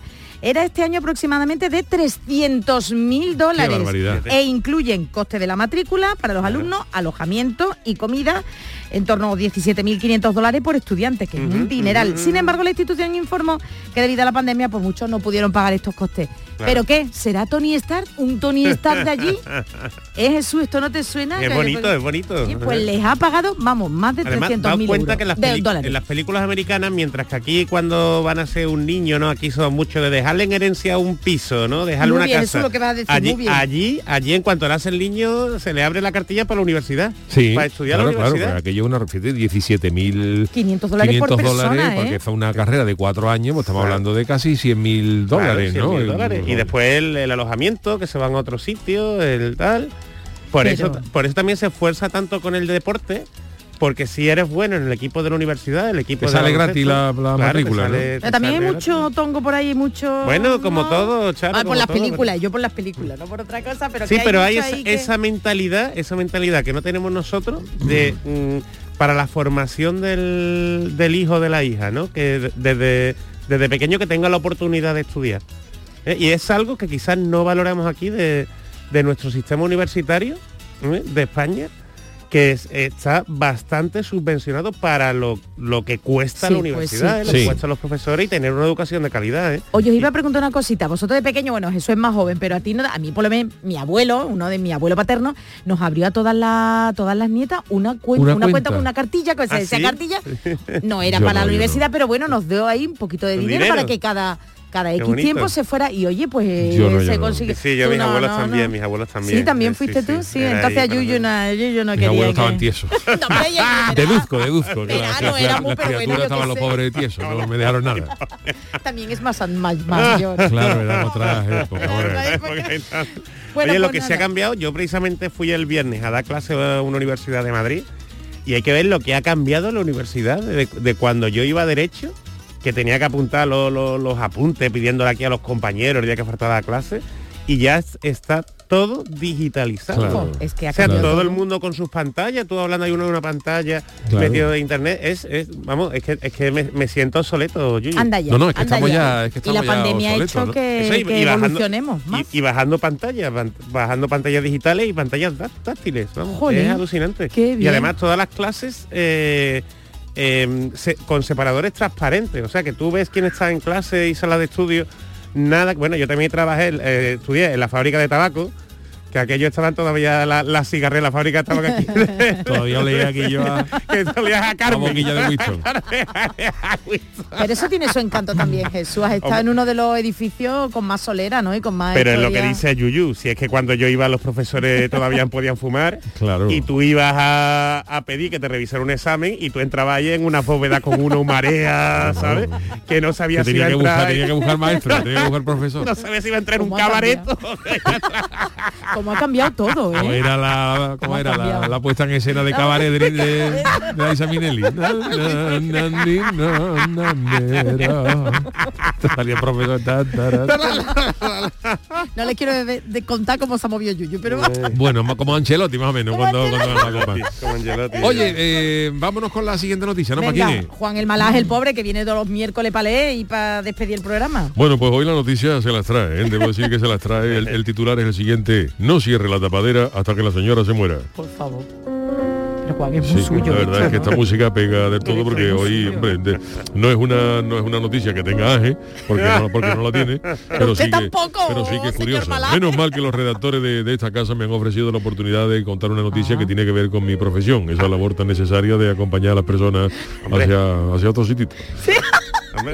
Speaker 3: era este año aproximadamente de 300 mil dólares
Speaker 1: barbaridad.
Speaker 3: e incluyen coste de la matrícula para los alumnos, alojamiento y comida en torno a 17.500 dólares por estudiante, que es un dineral. Sin embargo, la institución informó que debido a la pandemia, pues muchos no pudieron pagar estos costes. ¿Pero qué? ¿Será Tony Stark? ¿Un Tony Stark de allí? ¿Es Jesús? ¿Esto no te suena?
Speaker 6: Es
Speaker 3: Que-
Speaker 6: bonito, es bonito.
Speaker 3: Sí, pues les ha pagado, vamos, más de
Speaker 6: Además,
Speaker 3: 300.000
Speaker 6: daos
Speaker 3: euros
Speaker 6: cuenta que en las,
Speaker 3: de
Speaker 6: peli-
Speaker 3: dólares.
Speaker 6: en las películas americanas, mientras que aquí cuando van a ser un niño, ¿no? Aquí son mucho de dejarle en herencia un piso, ¿no? Dejarle
Speaker 3: Muy
Speaker 6: una
Speaker 3: bien,
Speaker 6: casa.
Speaker 3: eso es lo que vas a decir,
Speaker 6: allí,
Speaker 3: muy bien.
Speaker 6: allí, allí, en cuanto nace el niño, se le abre la cartilla para la universidad.
Speaker 1: Sí,
Speaker 6: Para estudiar a
Speaker 1: claro,
Speaker 6: la
Speaker 1: claro,
Speaker 6: universidad.
Speaker 1: porque aquello es una refiere de 17.000
Speaker 3: 500 dólares por
Speaker 1: 500
Speaker 3: persona,
Speaker 1: dólares,
Speaker 3: ¿eh?
Speaker 1: porque fue una carrera de cuatro años, pues estamos
Speaker 6: Claro.
Speaker 1: hablando de casi 100.000
Speaker 6: Claro,
Speaker 1: dólares,
Speaker 6: 100.000
Speaker 1: ¿no? El-
Speaker 6: dólares. Y después el, el alojamiento, que se van a otro sitio, el tal. Por,
Speaker 3: Pero-
Speaker 6: eso, por eso también se esfuerza tanto con el deporte, porque si eres bueno en el equipo de la universidad, el equipo
Speaker 1: Te
Speaker 6: de
Speaker 1: sale gratis la- la
Speaker 6: baloncesto, te
Speaker 1: matrícula, ¿no?
Speaker 6: te
Speaker 3: Pero también hay
Speaker 6: sale
Speaker 3: mucho tongo por ahí, mucho...
Speaker 6: Bueno, como todo, Charo,
Speaker 3: Ah, por
Speaker 6: como
Speaker 3: las
Speaker 6: todo,
Speaker 3: películas, yo por las películas, no por otra cosa, pero
Speaker 6: Sí,
Speaker 3: que
Speaker 6: pero hay
Speaker 3: hay mucho
Speaker 6: esa,
Speaker 3: ahí que-
Speaker 6: esa mentalidad, esa mentalidad que no tenemos nosotros de mm, para la formación del, del hijo de la hija, ¿no? Que de- desde, desde pequeño que tenga la oportunidad de estudiar. ¿eh? Y es algo que quizás no valoramos aquí de, de nuestro sistema universitario ¿eh? de España, que es- está bastante subvencionado para lo, lo que cuesta
Speaker 3: Sí,
Speaker 6: la
Speaker 3: pues
Speaker 6: universidad,
Speaker 3: sí.
Speaker 6: ¿eh? lo que
Speaker 1: Sí.
Speaker 6: cuesta los profesores y tener una educación de calidad. ¿eh?
Speaker 3: Oye, os iba a preguntar una cosita. Vosotros de pequeño, bueno, Jesús es más joven, pero a ti, no, a mí por lo menos mi abuelo, uno de mi abuelo paterno, nos abrió a todas las todas las nietas una, cuenta,
Speaker 1: Una
Speaker 3: una cuenta
Speaker 1: cuenta.
Speaker 3: con una cartilla, que
Speaker 6: ¿Ah,
Speaker 3: esa
Speaker 6: sí?
Speaker 3: cartilla no era
Speaker 1: Yo
Speaker 3: para
Speaker 1: no,
Speaker 3: la
Speaker 1: yo
Speaker 3: universidad,
Speaker 1: no.
Speaker 3: pero bueno, nos dio ahí un poquito de
Speaker 6: Un
Speaker 3: dinero,
Speaker 6: dinero.
Speaker 3: para que cada cada X
Speaker 6: bonito.
Speaker 3: tiempo se fuera y oye, pues
Speaker 7: Yo no, yo
Speaker 3: se
Speaker 7: no.
Speaker 3: consigue.
Speaker 6: Sí, yo
Speaker 3: Tú
Speaker 6: mis
Speaker 3: no,
Speaker 6: abuelos
Speaker 3: no,
Speaker 6: también,
Speaker 3: no.
Speaker 6: mis abuelos también.
Speaker 3: Sí, también
Speaker 6: Eh,
Speaker 3: fuiste tú, sí.
Speaker 6: Era
Speaker 3: Entonces
Speaker 6: ahí
Speaker 3: a Yuyu,
Speaker 6: para-
Speaker 3: no, Yuyu
Speaker 1: Mis
Speaker 3: no quería.
Speaker 1: abuelos estaban
Speaker 3: que-
Speaker 1: tiesos.
Speaker 3: No, hombre, Yuyu, ¿verdad?
Speaker 1: Deduzco, deduzco. que
Speaker 3: Verano,
Speaker 1: la- la-
Speaker 3: era muy
Speaker 1: las
Speaker 3: pero bueno,
Speaker 1: criaturas
Speaker 3: yo
Speaker 1: estaban
Speaker 3: qué
Speaker 1: los
Speaker 3: sé.
Speaker 1: pobres de tiesos, no me dejaron nada.
Speaker 3: También es más, más mayor.
Speaker 1: Claro, eran otras épocas, bueno.
Speaker 3: Otra época.
Speaker 6: Porque hay tanto.
Speaker 3: Bueno,
Speaker 6: Oye, lo
Speaker 3: pues
Speaker 6: que se
Speaker 3: nada.
Speaker 6: ha cambiado, yo precisamente fui el viernes a dar clase a una universidad de Madrid y hay que ver lo que ha cambiado la universidad de, de cuando yo iba a derecho, que tenía que apuntar lo- lo- los apuntes, pidiéndole aquí a los compañeros el día que faltaba la clase, y ya es- está todo digitalizado.
Speaker 7: Claro.
Speaker 3: Ojo, Es que ha
Speaker 6: O sea,
Speaker 3: cambiado
Speaker 6: todo el mundo con sus pantallas, tú hablando hay uno de una pantalla
Speaker 7: Claro.
Speaker 6: metido de internet, es, es- vamos, es que, es que me, me siento obsoleto, Yuyu.
Speaker 3: Anda ya.
Speaker 1: No, no, es que
Speaker 3: anda
Speaker 1: estamos ya- es que
Speaker 3: y
Speaker 1: estamos
Speaker 3: la
Speaker 1: ya
Speaker 3: pandemia ha
Speaker 1: obsoletos,
Speaker 3: hecho
Speaker 1: ¿no?
Speaker 3: que,
Speaker 6: Eso, y-
Speaker 3: que
Speaker 6: y bajando-
Speaker 3: evolucionemos
Speaker 6: y-
Speaker 3: más.
Speaker 6: Y, bajando pantallas, ban- bajando pantallas digitales y pantallas dá- táctiles. vamos,
Speaker 3: Jolín,
Speaker 6: es alucinante.
Speaker 3: qué
Speaker 6: Y
Speaker 3: bien.
Speaker 6: además todas las clases eh, eh, se- con separadores transparentes. O sea que tú ves quién está en clase y sala de estudio. Nada, bueno, yo también trabajé, eh, estudié en la fábrica de tabaco, que aquello estaban todavía las la cigarreras, la fábrica de tabaco aquí.
Speaker 1: Todavía leía aquí yo a,
Speaker 6: que solías a
Speaker 1: a
Speaker 6: Carmen.
Speaker 1: boquilla de Winston.
Speaker 3: Pero eso tiene su encanto también, Jesús. Has estado en uno de los edificios con más solera, ¿no? Y con más...
Speaker 6: Pero es lo que
Speaker 3: historia.
Speaker 6: dice Yuyu, si es que cuando yo iba los profesores todavía podían fumar
Speaker 7: Claro.
Speaker 6: y tú ibas a, a pedir que te revisaran un examen y tú entrabas ahí en una bóveda con una marea, ¿sabes? Que no
Speaker 7: Que
Speaker 6: sabías si
Speaker 7: tenía
Speaker 6: iba a
Speaker 7: que buscar,
Speaker 6: entrar.
Speaker 7: tenía que buscar maestro, tenía que buscar profesor.
Speaker 6: No sabía si iba a entrar en un
Speaker 3: ¿Cómo ha
Speaker 6: cabaret.
Speaker 3: Cómo ha cambiado todo,
Speaker 7: ¿Cómo
Speaker 3: ¿eh?
Speaker 7: era la, cómo
Speaker 3: ha
Speaker 7: era la,
Speaker 3: cambiado.
Speaker 7: la puesta en escena de cabaret de, de, de Liza Minnelli? Na, na, na, ni, na, na, nera. Salía el profesor. ta, ta, ta.
Speaker 3: No le quiero de- de contar cómo se ha movido Yuyu, pero...
Speaker 7: Bueno, ma- como Ancelotti más o menos cuando, cuando ganaba la copa.
Speaker 6: Como Angelotti.
Speaker 7: Oye, eh, vámonos con la siguiente noticia, ¿no,
Speaker 3: Venga,
Speaker 7: Paquini?
Speaker 3: Juan el Malaj, el pobre, que viene todos los miércoles para leer y para despedir el programa.
Speaker 7: Bueno, pues hoy la noticia se las trae, ¿eh? debo decir que se las trae. El, el titular es el siguiente, no cierre la tapadera hasta que la señora se muera.
Speaker 3: Por favor. Pero Juan es
Speaker 7: Sí,
Speaker 3: muy suyo.
Speaker 7: la verdad
Speaker 3: esto,
Speaker 7: es que
Speaker 3: ¿no?
Speaker 7: esta música pega del todo
Speaker 3: Esto
Speaker 7: porque
Speaker 3: es
Speaker 7: hoy,
Speaker 3: suyo.
Speaker 7: hombre, de- no es una no es una noticia que tenga aje, porque no, porque no la tiene, pero, sí
Speaker 3: usted
Speaker 7: que,
Speaker 3: tampoco,
Speaker 7: pero sí que
Speaker 3: señor
Speaker 7: es curiosa.
Speaker 3: Malaje.
Speaker 7: Menos mal que los redactores de, de esta casa me han ofrecido la oportunidad de contar una noticia que tiene que ver con mi profesión, esa labor tan necesaria de acompañar a las personas hacia, hacia otros sitios.
Speaker 6: Hombre,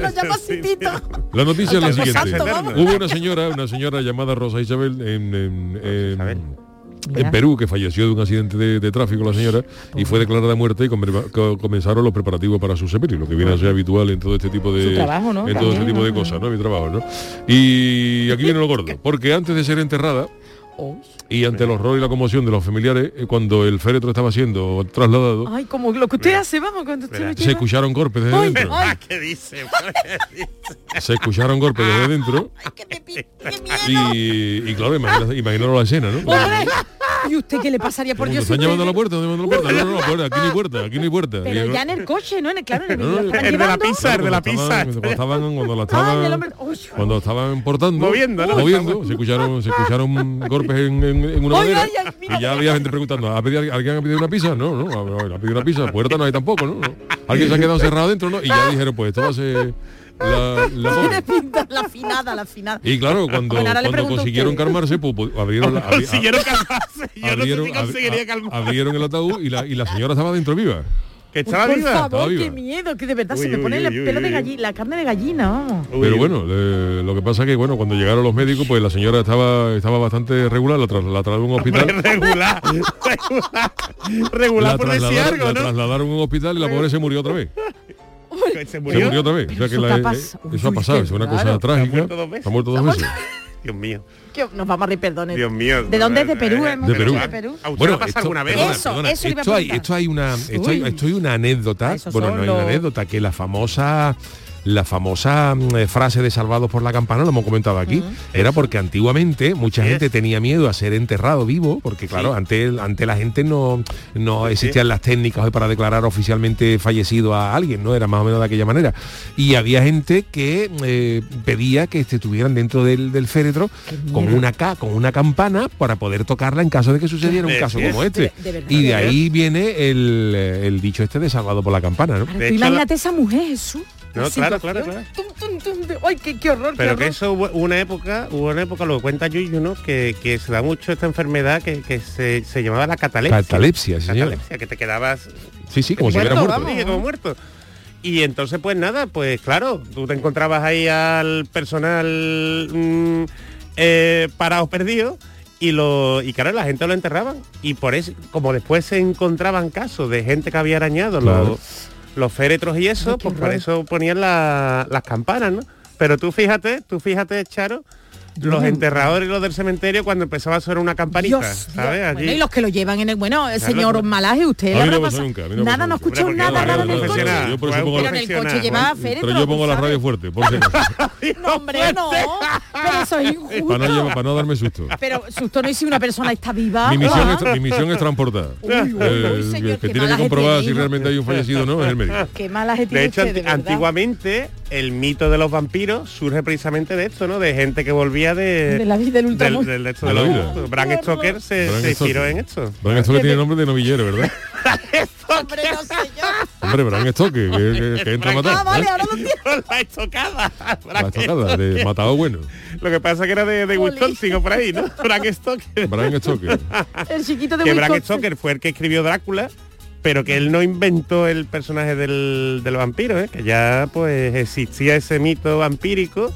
Speaker 7: eh,
Speaker 3: Lo llama
Speaker 6: sí,
Speaker 3: Citito.
Speaker 7: La noticia es la
Speaker 3: Hasta el
Speaker 7: siguiente.
Speaker 3: santo, vamos.
Speaker 7: Hubo una señora, una señora llamada Rosa Isabel en, en- en-
Speaker 6: Isabel.
Speaker 7: en Perú que falleció de un accidente de, de tráfico la señora y fue declarada muerta y com- co- comenzaron los preparativos para su sepelio, lo que viene a ser habitual en todo este tipo de
Speaker 3: Su trabajo, ¿no?
Speaker 7: en todo este
Speaker 3: También,
Speaker 7: tipo de
Speaker 3: ¿no?
Speaker 7: cosas, ¿no? Mi trabajo, ¿no? Y aquí viene lo gordo, porque antes de ser enterrada Y ante el horror y la conmoción de los familiares, eh, cuando el féretro estaba siendo trasladado,
Speaker 3: Ay, como lo que usted hace, vamos, cuando usted
Speaker 6: Verá.
Speaker 3: lo
Speaker 7: se
Speaker 3: lleva.
Speaker 7: escucharon golpes desde
Speaker 3: Ay,
Speaker 7: dentro.
Speaker 3: ay,
Speaker 6: ¿Qué dice? Pues,
Speaker 7: Se escucharon golpes desde dentro.
Speaker 3: Ah,
Speaker 7: Y, y claro, imagina- imaginaros la escena, ¿no?
Speaker 3: hombre. ¿Y usted qué le pasaría por
Speaker 7: Todo el mundo,
Speaker 3: Dios? si
Speaker 7: están
Speaker 3: usted-
Speaker 7: llamando a la puerta, están llamando a la puerta. No, no, no, puerta, aquí no hay puerta, aquí no hay puerta. Y
Speaker 3: Pero
Speaker 7: yo-
Speaker 3: ya en el coche, ¿no? En el, claro, en el,
Speaker 7: No, no,
Speaker 3: lo
Speaker 7: el
Speaker 3: estaban
Speaker 6: de la
Speaker 3: llevando.
Speaker 6: pizza. de la
Speaker 7: cuando
Speaker 6: pizza.
Speaker 7: estaban- Cuando estaban, cuando la
Speaker 3: Ay, del
Speaker 7: estaban,
Speaker 3: hombre- Uy.
Speaker 7: cuando estaban portando,
Speaker 6: Moviendo, ¿no?
Speaker 7: moviendo, se escucharon, se escucharon golpes en, en- en una
Speaker 3: Ay,
Speaker 7: madera
Speaker 3: ay, ay, mira.
Speaker 7: y ya había gente preguntando, ¿ha pedido, ¿alguien ha pedido una pizza? No, no, a ver, ha pedido una pizza, puerta no hay tampoco, ¿no? No. Alguien se ha quedado cerrado dentro, ¿no? Y ya dijeron, pues esto va a ser la, la
Speaker 3: Tiene
Speaker 7: bomba.
Speaker 3: pinta, la afinada, la afinada.
Speaker 7: Y claro, cuando,
Speaker 3: Bueno, ahora le
Speaker 7: cuando
Speaker 3: pregunto a
Speaker 7: consiguieron
Speaker 3: ustedes.
Speaker 7: calmarse, pues, pues, abrieron la, abri-
Speaker 6: Consiguieron calmarse. Yo no sé
Speaker 7: abrieron,
Speaker 6: si
Speaker 7: ab-
Speaker 6: conseguiría
Speaker 7: a-
Speaker 6: calmar.
Speaker 7: abrieron el ataúd y la, y la señora estaba dentro viva.
Speaker 6: Que estaba
Speaker 3: por
Speaker 6: viva.
Speaker 7: estaba
Speaker 3: favor,
Speaker 7: viva.
Speaker 3: qué miedo, que de verdad
Speaker 6: Uy,
Speaker 3: se me
Speaker 6: uy,
Speaker 3: pone el
Speaker 6: uy, uy,
Speaker 3: pelo de
Speaker 6: uy.
Speaker 3: gallina, la carne de gallina, vamos.
Speaker 6: Uy,
Speaker 7: Pero
Speaker 6: uy.
Speaker 7: bueno, eh, lo que pasa que bueno, cuando llegaron los médicos, pues la señora estaba estaba bastante regular, la, tras- la trasladaron a un hospital.
Speaker 6: regular, regular, regular
Speaker 7: La
Speaker 6: por decir
Speaker 7: trasladaron,
Speaker 6: algo,
Speaker 7: la
Speaker 6: ¿no?
Speaker 7: trasladaron a un hospital y la pobre se murió otra vez.
Speaker 6: Se
Speaker 7: Se murió
Speaker 6: murió.
Speaker 7: otra vez.
Speaker 3: Pero
Speaker 7: O sea que
Speaker 3: eso
Speaker 7: la-
Speaker 3: te ha
Speaker 7: eh,
Speaker 3: pasado. Uy,
Speaker 7: eso ha
Speaker 3: uy,
Speaker 7: pasado,
Speaker 3: qué
Speaker 7: es una cosa
Speaker 3: raro.
Speaker 6: Ha
Speaker 7: trágica.
Speaker 6: muerto dos veces.
Speaker 7: Ha muerto dos veces.
Speaker 6: Dios mío,
Speaker 3: Que nos vamos a reír, perdone.
Speaker 6: Dios mío. Eh,
Speaker 3: ¿De dónde? ¿De Perú? hemos
Speaker 7: De
Speaker 3: dicho,
Speaker 7: Perú.
Speaker 3: ¿De Perú?
Speaker 6: ¿A usted le
Speaker 7: Bueno,
Speaker 6: ha pasado alguna vez?
Speaker 3: perdona, Eso. le iba a
Speaker 1: esto, hay,
Speaker 3: preguntar.
Speaker 1: esto hay una esto hay,
Speaker 3: Uy. Ah,
Speaker 1: esto hay una anécdota,
Speaker 3: Esos
Speaker 1: bueno,
Speaker 3: son
Speaker 1: no hay una
Speaker 3: los-
Speaker 1: anécdota que la famosa la famosa mm, eh, frase de salvados por la campana, lo hemos comentado
Speaker 3: Mm.
Speaker 1: aquí, era porque antiguamente mucha
Speaker 6: Yes.
Speaker 1: gente tenía miedo a ser enterrado vivo, porque claro, antes ante la gente no, no existían las técnicas hoy para declarar oficialmente fallecido a alguien, ¿no? Era más o menos de aquella manera. Y había gente que eh, pedía que este, estuvieran dentro del, del féretro con una, ca- con una campana para poder tocarla en caso de que sucediera un
Speaker 6: Yes,
Speaker 1: caso
Speaker 6: yes.
Speaker 1: como este.
Speaker 3: De- de verdad.
Speaker 1: y de ahí viene el, el dicho este de salvado por la campana, ¿no?
Speaker 3: Ahora,
Speaker 6: De
Speaker 3: tú
Speaker 6: hecho,
Speaker 3: imagínate esa mujer, Jesús.
Speaker 6: No,
Speaker 3: Así,
Speaker 6: claro,
Speaker 3: con-
Speaker 6: claro, claro.
Speaker 3: Tum, tum, tum, de- Ay, qué, qué horror,
Speaker 6: Pero
Speaker 3: qué
Speaker 6: que
Speaker 3: horror.
Speaker 6: eso hubo una época, hubo una época, lo cuenta Yuyu, ¿no? Que, que se da mucho esta enfermedad que, que se, se llamaba la catalepsia.
Speaker 1: Catalepsia, sí, señora.
Speaker 6: Catalepsia, que te quedabas
Speaker 1: Sí, sí, como si
Speaker 6: muerto,
Speaker 1: hubiera muerto.
Speaker 6: vamos, como muerto. Y entonces, pues nada, pues claro, tú te encontrabas ahí al personal mm, eh, parado perdido y lo y claro, la gente lo enterraban. Y por eso, como después se encontraban casos de gente que había arañado
Speaker 1: Claro.
Speaker 6: los, los féretros y eso,
Speaker 3: Ay, Ah, qué
Speaker 6: pues por
Speaker 3: horror.
Speaker 6: eso ponían la- las campanas, ¿no? Pero tú fíjate, tú fíjate, Charo, los enterradores y los del cementerio cuando empezaba a sonar una campanita,
Speaker 3: Dios,
Speaker 6: ¿sabes?
Speaker 3: Dios.
Speaker 6: Allí.
Speaker 3: Bueno, y los que lo llevan en el... Bueno, el señor
Speaker 6: no-
Speaker 3: Malaje, usted... le
Speaker 7: A mí no
Speaker 3: habrá
Speaker 7: me pasó
Speaker 3: pasado-
Speaker 7: nunca, a mí no me
Speaker 3: Nada, no
Speaker 7: pasó nunca.
Speaker 3: escuchó
Speaker 6: Hombre, porque
Speaker 3: nada
Speaker 6: yo-
Speaker 3: raro en el
Speaker 6: yo-
Speaker 3: coche.
Speaker 6: profesional,
Speaker 7: Yo por eso
Speaker 6: fue un
Speaker 7: pongo la-
Speaker 3: Pero en el coche
Speaker 6: profesional.
Speaker 3: llevaba féretro.
Speaker 7: Pero yo pongo la
Speaker 3: ¿sabes?
Speaker 7: radio fuerte, por si acaso,
Speaker 3: No, hombre, no. Pero eso es injusto.
Speaker 7: para, no, llevar- para no darme susto.
Speaker 3: Pero susto no es si una persona está viva.
Speaker 7: Mi misión,
Speaker 3: Ojalá.
Speaker 7: es, mi misión es transportar.
Speaker 3: Uy, uy, uy,
Speaker 7: Eh,
Speaker 3: señor,
Speaker 7: el que
Speaker 3: qué
Speaker 7: tiene que
Speaker 3: mala
Speaker 7: comprobar
Speaker 3: gente
Speaker 7: si
Speaker 3: tiene.
Speaker 7: realmente hay un fallecido o no es el médico.
Speaker 3: Qué mala gente
Speaker 6: De hecho,
Speaker 3: usted, de
Speaker 6: anti-
Speaker 3: verdad.
Speaker 6: antiguamente el mito de los vampiros surge precisamente de esto, ¿no? De gente que volvía de...
Speaker 3: De la vida del
Speaker 6: del,
Speaker 3: ultramundo.
Speaker 6: del- de esto
Speaker 7: De
Speaker 6: de
Speaker 7: la
Speaker 6: los-
Speaker 7: vida.
Speaker 6: Bram Stoker se,
Speaker 7: Bram Stoker.
Speaker 6: se inspiró en esto.
Speaker 7: Bran Stoker tiene nombre de novillero, ¿verdad?
Speaker 3: Hombre, no sé yo.
Speaker 7: Hombre, Bran Stoker, que, que- que entra a matar.
Speaker 3: Ah, vale,
Speaker 7: ¿eh?
Speaker 3: ahora lo entiendo.
Speaker 6: la estocada. Bram
Speaker 7: La estocada de matado bueno.
Speaker 6: Stoker. Lo que pasa que era de, de
Speaker 3: Jolín.
Speaker 6: Wisconsin o por ahí, ¿no? Bram Stoker.
Speaker 7: Bran Stoker.
Speaker 3: El chiquito de
Speaker 6: que Bram
Speaker 3: Wisconsin.
Speaker 6: Stoker fue el que escribió Drácula, pero que él no inventó el personaje del, del vampiro, ¿eh? que ya pues existía ese mito vampírico.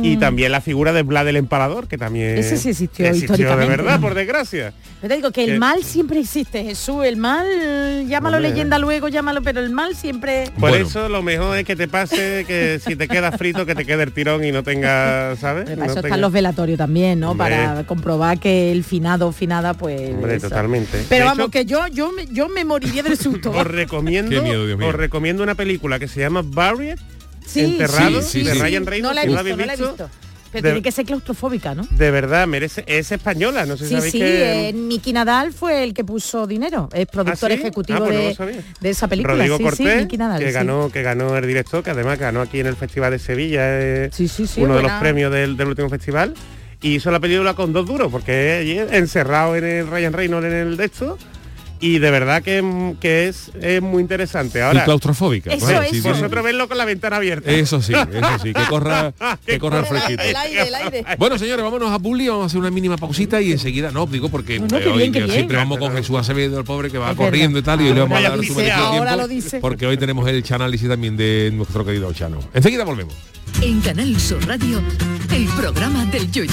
Speaker 6: Y también la figura de Vlad el Empalador, que también
Speaker 3: Mm. Ese sí existió
Speaker 6: de
Speaker 3: históricamente,
Speaker 6: verdad,
Speaker 3: ¿no?
Speaker 6: por desgracia.
Speaker 3: Yo te digo que el
Speaker 6: Que-
Speaker 3: mal siempre existe, Jesús. El mal, llámalo
Speaker 6: Hombre.
Speaker 3: leyenda luego, llámalo, pero el mal siempre...
Speaker 6: Por
Speaker 7: Bueno.
Speaker 6: eso lo mejor es que te pase, que si te quedas frito, que te quede el tirón y no tenga, ¿sabes?
Speaker 3: Pero
Speaker 6: No
Speaker 3: para eso
Speaker 6: tenga-
Speaker 3: están los velatorios también, ¿no?
Speaker 6: Hombre.
Speaker 3: Para comprobar que el finado o finada, pues...
Speaker 6: Hombre,
Speaker 3: eso.
Speaker 6: totalmente.
Speaker 3: Pero
Speaker 6: De
Speaker 3: vamos,
Speaker 6: hecho,
Speaker 3: que yo, yo, me- yo me moriría del susto.
Speaker 6: Os recomiendo,
Speaker 7: Qué miedo, Dios mío.
Speaker 6: os recomiendo una película que se llama Barrier,
Speaker 3: Sí,
Speaker 6: Enterrado,
Speaker 7: sí,
Speaker 6: de
Speaker 7: sí.
Speaker 6: Ryan
Speaker 3: No
Speaker 6: Reynolds,
Speaker 3: la he
Speaker 6: si
Speaker 3: visto,
Speaker 6: habéis
Speaker 3: no la he visto. Pero
Speaker 6: de-
Speaker 3: tiene que ser claustrofóbica, ¿no?
Speaker 6: De verdad, merece, es española, no sé si
Speaker 3: Sí,
Speaker 6: Pues sabéis
Speaker 3: sí,
Speaker 6: que...
Speaker 3: eh, Niki Nadal fue el que puso dinero, es productor
Speaker 6: sí?
Speaker 3: ejecutivo
Speaker 6: Ah, pues no lo
Speaker 3: de,
Speaker 6: sabía.
Speaker 3: de esa película.
Speaker 6: Rodrigo
Speaker 3: sí, sí,
Speaker 6: Cortés,
Speaker 3: Niki Nadal.
Speaker 6: que
Speaker 3: sí.
Speaker 6: ganó, que ganó el director, que además ganó aquí en el Festival de Sevilla, eh,
Speaker 3: Sí, sí, sí,
Speaker 6: uno de los
Speaker 3: buena.
Speaker 6: premios del, del último festival. Y hizo la película con dos duros, porque allí encerrado en el Ryan Reynolds en el de esto. Y de verdad que, mm, que es, es muy interesante.
Speaker 7: Y
Speaker 6: Ahora,
Speaker 7: claustrofóbica.
Speaker 3: Eso,
Speaker 7: Bueno, sí,
Speaker 3: eso.
Speaker 7: tiene-
Speaker 6: vosotros verlo con la ventana abierta.
Speaker 7: Eso sí, eso sí, que corra, que corra el fresquito.
Speaker 3: El aire, el aire.
Speaker 7: Bueno, señores, vámonos a Publi, vamos a hacer una mínima pausita y enseguida, no, digo porque
Speaker 3: No, no,
Speaker 7: eh,
Speaker 3: qué
Speaker 7: hoy
Speaker 3: bien, qué
Speaker 7: que
Speaker 3: bien.
Speaker 7: siempre vamos con Jesús Acevedo, el pobre que va
Speaker 3: Es
Speaker 7: corriendo y tal, y hoy le vamos a
Speaker 6: Ahora
Speaker 7: dar
Speaker 6: lo
Speaker 7: su
Speaker 6: dice,
Speaker 7: merecido
Speaker 3: ahora
Speaker 7: tiempo,
Speaker 3: lo dice.
Speaker 7: porque hoy tenemos el chanálisis también de nuestro querido Chano. Enseguida volvemos.
Speaker 4: En Canal Sur Radio, el programa del yoyo.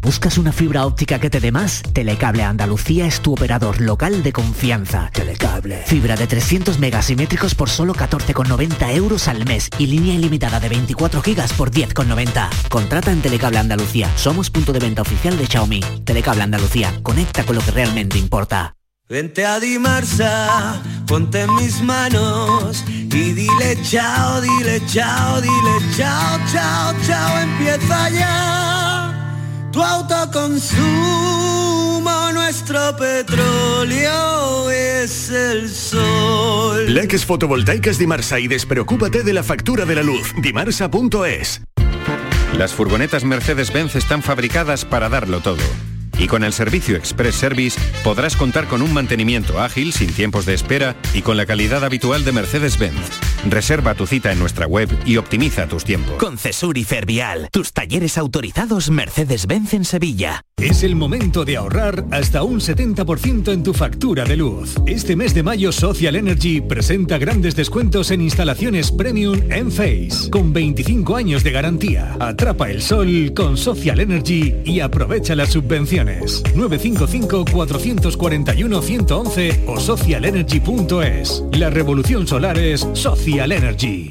Speaker 8: ¿Buscas una fibra óptica que te dé más? Telecable Andalucía es tu operador local de confianza. Telecable. Fibra de 300 megasimétricos por solo 14,90 euros al mes y línea ilimitada de 24 gigas por 10,90. Contrata en Telecable Andalucía. Somos punto de venta oficial de Xiaomi. Telecable Andalucía. Conecta con lo que realmente importa.
Speaker 9: Vente a Dimarsa, ponte en mis manos y dile chao, dile chao, dile chao, chao, chao, empieza ya. Tu autoconsumo, nuestro petróleo es el sol.
Speaker 10: Leques fotovoltaicas Dimarsa y despreocúpate de la factura de la luz. Dimarsa.es.
Speaker 11: Las furgonetas Mercedes-Benz están fabricadas para darlo todo. Y con el servicio Express Service podrás contar con un mantenimiento ágil, sin tiempos de espera y con la calidad habitual de Mercedes-Benz. Reserva tu cita en nuestra web y optimiza tus tiempos.
Speaker 12: Con Cesuri Fervial, tus talleres autorizados Mercedes-Benz en Sevilla.
Speaker 13: Es el momento de ahorrar hasta un 70% en tu factura de luz. Este mes de mayo Social Energy presenta grandes descuentos en instalaciones premium en Face, con 25 años de garantía. Atrapa el sol con Social Energy y aprovecha las subvenciones. 955-441-111 o socialenergy.es. La revolución solar es Social Energy.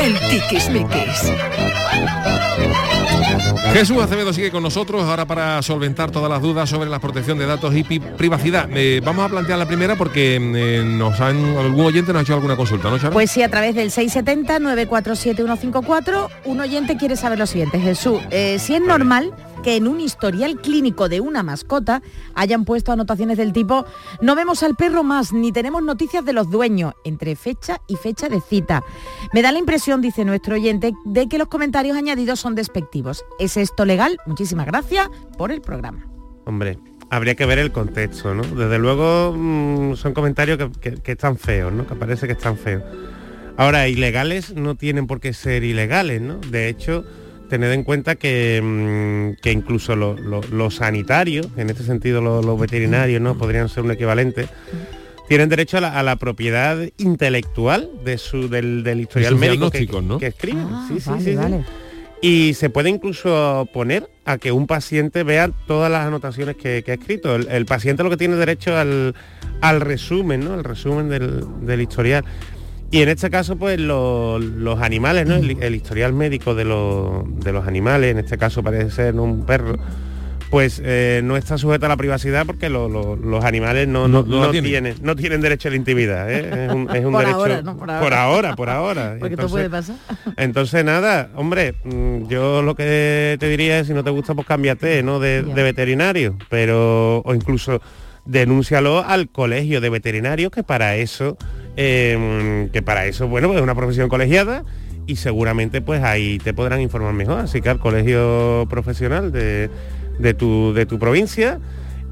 Speaker 4: El tiquismiquis.
Speaker 1: Jesús Acevedo sigue con nosotros ahora para solventar todas las dudas sobre la protección de datos y pi- privacidad. Eh, vamos a plantear la primera porque
Speaker 7: mm,
Speaker 1: eh, nos han, algún oyente nos ha hecho alguna consulta, ¿no, Charo?
Speaker 3: Pues sí, a través del 670-947-154, un oyente quiere saber lo siguiente. Jesús, eh, si es normal que en un historial clínico de una mascota hayan puesto anotaciones del tipo no vemos al perro más ni tenemos noticias de los dueños entre fecha y fecha de cita. Me da la impresión, dice nuestro oyente, de que los comentarios añadidos son despectivos. ¿Es esto legal? Muchísimas gracias por el programa.
Speaker 6: Hombre, habría que ver el contexto, ¿no? Desde luego mm, son comentarios que, que- que están feos, ¿no? Que parece que están feos. Ahora, ilegales no tienen por qué ser ilegales, ¿no? De hecho, tened en cuenta que, mm, que incluso lo- lo- los sanitarios, en este sentido lo- los veterinarios, ¿no? Podrían ser un equivalente. Tienen derecho a la, a la propiedad intelectual de su, del, del historial
Speaker 1: sus
Speaker 6: médico que,
Speaker 1: diagnósticos, ¿no?
Speaker 6: que escriben.
Speaker 3: Ah,
Speaker 6: sí, sí,
Speaker 3: vale,
Speaker 6: sí, sí.
Speaker 3: vale.
Speaker 6: Y se puede incluso poner a que un paciente vea todas las anotaciones que, que ha escrito. El, el paciente lo que tiene derecho al, al resumen, ¿no? El resumen del, del historial. Y en este caso, pues lo- los animales, ¿no? El, el historial médico de, los- de los animales, en este caso parece ser ¿no? un perro, pues eh, no está sujeto a la privacidad porque lo- lo- los animales no, no,
Speaker 1: No- no la
Speaker 6: no
Speaker 1: tienen.
Speaker 6: tienen. no tienen derecho a la intimidad. ¿eh? Es un, es un
Speaker 3: Por
Speaker 6: derecho
Speaker 3: ahora, ¿no? Por ahora.
Speaker 6: por ahora, por ahora.
Speaker 3: Porque todo
Speaker 6: Entonces,
Speaker 3: puede pasar.
Speaker 6: entonces nada, hombre, mm, yo lo que te diría es si no te gusta pues cámbiate, ¿no? De,
Speaker 3: Ya.
Speaker 6: de veterinario, pero o incluso denúncialo al colegio de veterinarios que para eso, eh, que para eso, bueno, pues es una profesión colegiada y seguramente pues ahí te podrán informar mejor, así que al colegio profesional de, de tu, de tu provincia.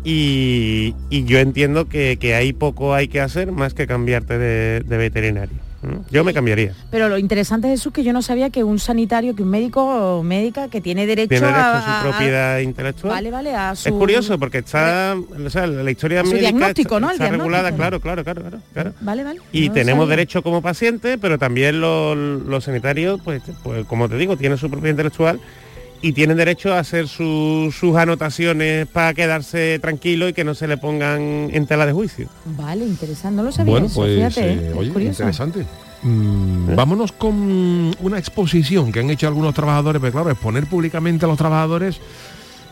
Speaker 6: Y, y yo entiendo que, que ahí poco hay que hacer más que cambiarte de, de veterinario. ¿no? Yo me cambiaría.
Speaker 3: Pero lo interesante, Jesús, que yo no sabía que un sanitario, que un médico o médica que tiene derecho,
Speaker 6: Tiene derecho a,
Speaker 3: a-
Speaker 6: su propiedad intelectual.
Speaker 3: Vale, vale, a su...
Speaker 6: Es curioso porque está, o sea, la historia
Speaker 3: Su
Speaker 6: médica
Speaker 3: diagnóstico,
Speaker 6: está,
Speaker 3: ¿no? El
Speaker 6: está regulada,
Speaker 3: diagnóstico.
Speaker 6: claro, claro, claro, claro, claro.
Speaker 3: Vale, vale.
Speaker 6: Y
Speaker 3: No lo
Speaker 6: tenemos
Speaker 3: sabía.
Speaker 6: derecho como paciente, pero también los, los sanitarios, pues, pues, como te digo, tienen su propiedad intelectual y tienen derecho a hacer su- sus anotaciones para quedarse tranquilo y que no se le pongan en tela de juicio.
Speaker 3: Vale, interesante. No lo sabía.
Speaker 1: bueno,
Speaker 3: eso,
Speaker 1: pues
Speaker 3: fíjate, ¿eh?
Speaker 1: eh,
Speaker 3: Es
Speaker 1: oye,
Speaker 3: curioso.
Speaker 1: interesante. Mm, Vámonos con una exposición que han hecho algunos trabajadores, pero claro, exponer públicamente a los trabajadores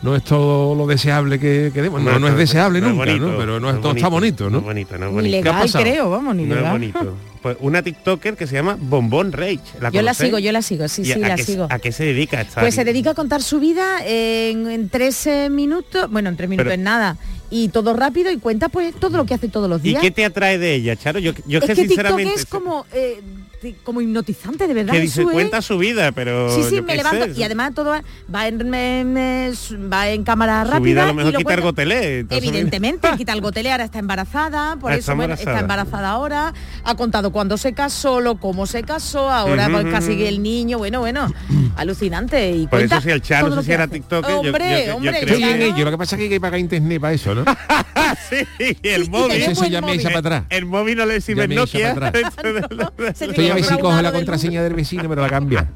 Speaker 1: no es todo lo deseable que, que demos. No, no, es deseable nunca, ¿no? Pero no, es- todo está bonito, ¿no?
Speaker 6: es bonito, no es
Speaker 3: Ni
Speaker 6: bonito.
Speaker 3: legal, creo, vamos, ni
Speaker 6: No es
Speaker 3: legal.
Speaker 6: bonito. Pues una TikToker que se llama Bombón Rage.
Speaker 3: Yo la
Speaker 6: conocéis?
Speaker 3: sigo, yo la sigo, sí,
Speaker 6: ¿Y
Speaker 3: sí,
Speaker 6: a
Speaker 3: la
Speaker 6: qué-
Speaker 3: sigo.
Speaker 6: ¿A qué se dedica esta?
Speaker 3: Pues se dedica a contar su vida en, en 13 minutos, bueno, en 3 minutos
Speaker 6: Pero-
Speaker 3: en nada, y todo rápido y cuenta pues todo lo que hace todos los
Speaker 6: ¿Y
Speaker 3: días.
Speaker 6: qué te atrae de ella, Charo? Yo, yo
Speaker 3: es que, TikTok
Speaker 6: sinceramente...
Speaker 3: es como, eh, ti- como hipnotizante, de verdad. ¿eh?
Speaker 6: que dice,
Speaker 3: eso es-
Speaker 6: cuenta su vida, pero...
Speaker 3: Sí, sí,
Speaker 6: yo
Speaker 3: me
Speaker 6: qué
Speaker 3: levanto.
Speaker 6: sé,
Speaker 3: Y además todo va- va en, en- eh, su- va en cámara
Speaker 6: Su
Speaker 3: rápida.
Speaker 6: vida a lo
Speaker 3: y
Speaker 6: mejor quita el
Speaker 3: cuenta.
Speaker 6: gotelé, entonces, mira.
Speaker 3: Evidentemente, quita el gotelé, ahora está embarazada, por
Speaker 6: Ah,
Speaker 3: eso
Speaker 6: está
Speaker 3: bueno,
Speaker 6: embarazada.
Speaker 3: está embarazada ahora. Ha contado cuándo se casó, lo cómo se casó, ahora
Speaker 6: Ujú,
Speaker 3: pues,
Speaker 6: ujú,
Speaker 3: casi
Speaker 6: ujú.
Speaker 3: el niño, bueno, bueno, alucinante. Y
Speaker 6: Por
Speaker 3: cuenta
Speaker 6: eso si el Charo
Speaker 3: todo
Speaker 6: se
Speaker 3: lo que
Speaker 6: hiciera
Speaker 3: hace.
Speaker 6: TikTok, yo-
Speaker 3: Hombre,
Speaker 6: yo- yo
Speaker 3: hombre,
Speaker 6: creo
Speaker 1: Estoy en
Speaker 3: claro.
Speaker 1: ello, lo que pasa es que hay que pagar internet para eso, ¿no?
Speaker 6: Ah, sí, el
Speaker 1: y
Speaker 6: móvil. Eh,
Speaker 1: tenemos Eso el ya me móvil. echa para atrás.
Speaker 6: El, móvil no le sirve
Speaker 1: Ya me echa
Speaker 6: Nokia.
Speaker 1: para atrás. Esto ya a ver si coge la contraseña del vecino, pero la cambia.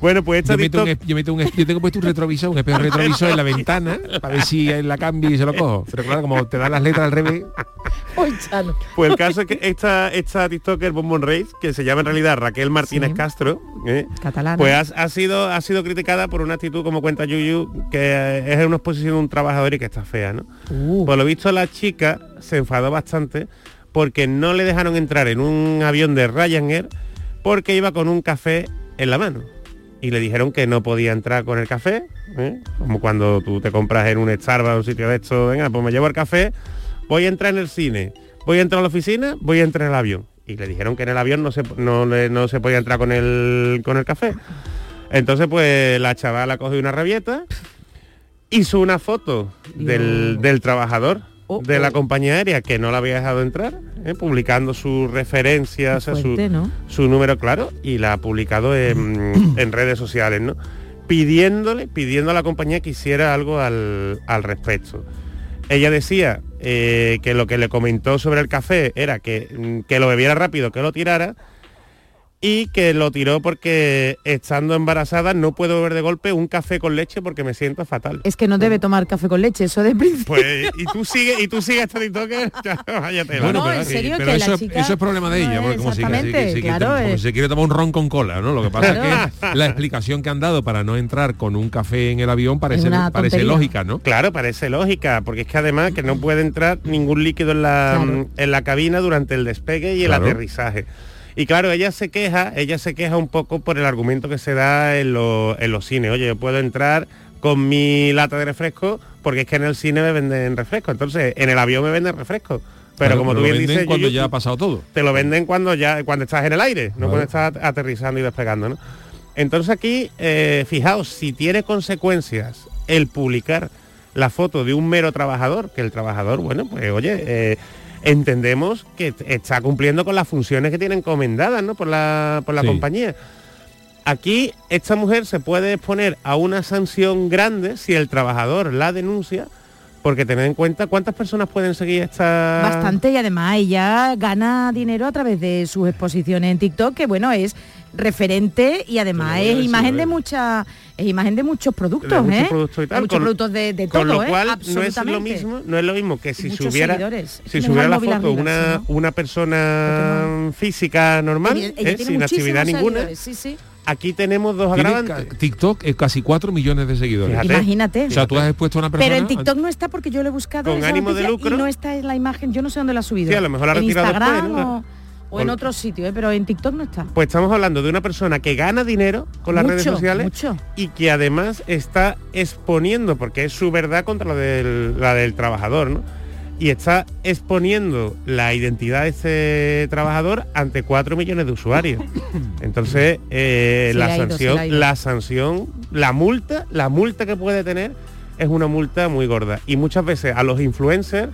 Speaker 6: Bueno, pues esta
Speaker 1: yo, meto un,
Speaker 6: TikTok-
Speaker 1: esp- yo, meto un esp- yo tengo puesto un retrovisor, un espejo retrovisor en la ventana para ver si la cambio y se lo cojo. Pero claro, como te dan las letras al revés,
Speaker 3: Ay, Charo.
Speaker 6: Pues el caso es que esta, esta TikToker Bombón Reis, que se llama en realidad Raquel Martínez Castro, ¿eh?
Speaker 3: Catalana.
Speaker 6: pues has- ha, sido, ha sido criticada por una actitud, como cuenta Yuyu, que eh, es una exposición de un trabajador y que está fea, ¿no?
Speaker 3: Uh,
Speaker 6: Por lo visto la chica se enfadó bastante porque no le dejaron entrar en un avión de Ryanair porque iba con un café en la mano. Y le dijeron que no podía entrar con el café, ¿eh? como cuando tú te compras en un Starbucks o un sitio de esto, venga, pues me llevo el café, voy a entrar en el cine, voy a entrar a la oficina, voy a entrar en el avión. Y le dijeron que en el avión no se, no, le- no se podía entrar con el, con el café. Entonces, pues la chavala cogió una rabieta, hizo una foto del, del trabajador de la compañía aérea que no la había dejado entrar, ¿eh? publicando sus referencias, o sea, su,
Speaker 3: pues, Fuerte, ¿no?
Speaker 6: su número claro, y la ha publicado en, en redes sociales, ¿no? Pidiéndole, pidiendo a la compañía que hiciera algo al, al respecto. Ella decía eh, que lo que le comentó sobre el café era que, mm, que lo bebiera rápido, que lo tirara, y que lo tiró porque estando embarazada no puedo beber de golpe un café con leche porque me siento fatal.
Speaker 3: Es que no debe tomar café con leche, eso de principio.
Speaker 6: Pues, y tú sigues, y tú sigues este TikToker, ya, váyate,
Speaker 1: Bueno,
Speaker 6: vale.
Speaker 1: pero, eh, pero eso, eso es problema de ella, porque como se, quiere-
Speaker 3: exactamente,
Speaker 1: se quiere-
Speaker 3: claro,
Speaker 1: como
Speaker 3: eh.
Speaker 1: se quiere tomar un ron con cola, ¿no? Lo que pasa
Speaker 3: Claro.
Speaker 1: es que la explicación que han dado para no entrar con un café en el avión parece,
Speaker 6: una
Speaker 1: parece
Speaker 6: tontería.
Speaker 1: lógica, ¿no?
Speaker 6: Claro, parece lógica, porque es que además que no puede entrar ningún líquido en la, en la cabina durante el despegue y
Speaker 1: Claro.
Speaker 6: el aterrizaje. Y claro, ella se queja, ella se queja un poco por el argumento que se da en, lo- en los cines. Oye, yo puedo entrar con mi lata de refresco porque es que en el cine me venden refresco. Entonces, en el avión me venden refresco. Pero
Speaker 1: Claro,
Speaker 6: como
Speaker 1: pero
Speaker 6: tú
Speaker 1: lo
Speaker 6: bien
Speaker 1: venden
Speaker 6: dices,
Speaker 1: cuando
Speaker 6: Yuyu,
Speaker 1: ya ha pasado todo.
Speaker 6: te lo venden cuando ya cuando estás en el aire, no
Speaker 1: Claro.
Speaker 6: cuando estás at- aterrizando y despegando, ¿no? Entonces aquí, eh, fijaos, si tiene consecuencias el publicar la foto de un mero trabajador, que el trabajador, bueno, pues oye, eh, entendemos que t- está cumpliendo con las funciones que tiene encomendadas, ¿no? Por la, por la compañía. Aquí esta mujer se puede exponer a una sanción grande si el trabajador la denuncia, porque tened en cuenta cuántas personas pueden seguir esta...
Speaker 3: Bastante y además ella gana dinero a través de sus exposiciones en TikTok, que bueno, es referente y además
Speaker 6: voy a
Speaker 3: es
Speaker 6: decir, a
Speaker 3: imagen
Speaker 6: ver.
Speaker 3: de mucha es imagen de muchos productos,
Speaker 6: de muchos
Speaker 3: ¿eh?
Speaker 6: productos y tal,
Speaker 3: De muchos
Speaker 6: con-
Speaker 3: productos de, de
Speaker 6: con
Speaker 3: todo,
Speaker 6: lo
Speaker 3: ¿eh?
Speaker 6: cual no es lo
Speaker 3: Absolutamente.
Speaker 6: mismo no es lo mismo que si
Speaker 3: muchos
Speaker 6: subiera
Speaker 3: seguidores. Es que
Speaker 6: si
Speaker 3: me
Speaker 6: subiera
Speaker 3: deja
Speaker 6: la
Speaker 3: el móvil
Speaker 6: foto
Speaker 3: arriba,
Speaker 6: una una persona física normal
Speaker 3: Ella- ella
Speaker 6: ¿eh?
Speaker 3: tiene
Speaker 6: sin
Speaker 3: muchísimos
Speaker 6: actividad ninguna
Speaker 3: seguidores, sí, sí.
Speaker 6: aquí tenemos dos
Speaker 1: Tiene
Speaker 6: agravantes
Speaker 1: ca- TikTok es casi 4 millones de seguidores.
Speaker 3: Fíjate. Imagínate.
Speaker 1: O sea, tú has expuesto a una persona...
Speaker 3: Pero en TikTok no está porque yo lo he buscado
Speaker 1: Con
Speaker 3: esa
Speaker 1: ánimo de
Speaker 3: noticia,
Speaker 1: lucro.
Speaker 3: y no está en la imagen, yo no sé dónde la ha subido.
Speaker 6: Sí, a lo mejor la ha
Speaker 3: en
Speaker 6: retirado después,
Speaker 3: Instagram
Speaker 6: ¿no?
Speaker 3: o, o en otro sitio, ¿eh? pero en TikTok no está.
Speaker 6: pues estamos hablando de una persona que gana dinero con las
Speaker 3: Mucho,
Speaker 6: redes sociales
Speaker 3: mucho.
Speaker 6: y que además está exponiendo porque es su verdad contra la del, la del trabajador ¿no? y está exponiendo la identidad de este trabajador ante 4 millones de usuarios entonces eh,
Speaker 14: Se le
Speaker 6: la
Speaker 14: ha ido, se
Speaker 6: sanción
Speaker 14: le ha ido.
Speaker 6: la sanción la multa la multa que puede tener es una multa muy gorda y muchas veces a los influencers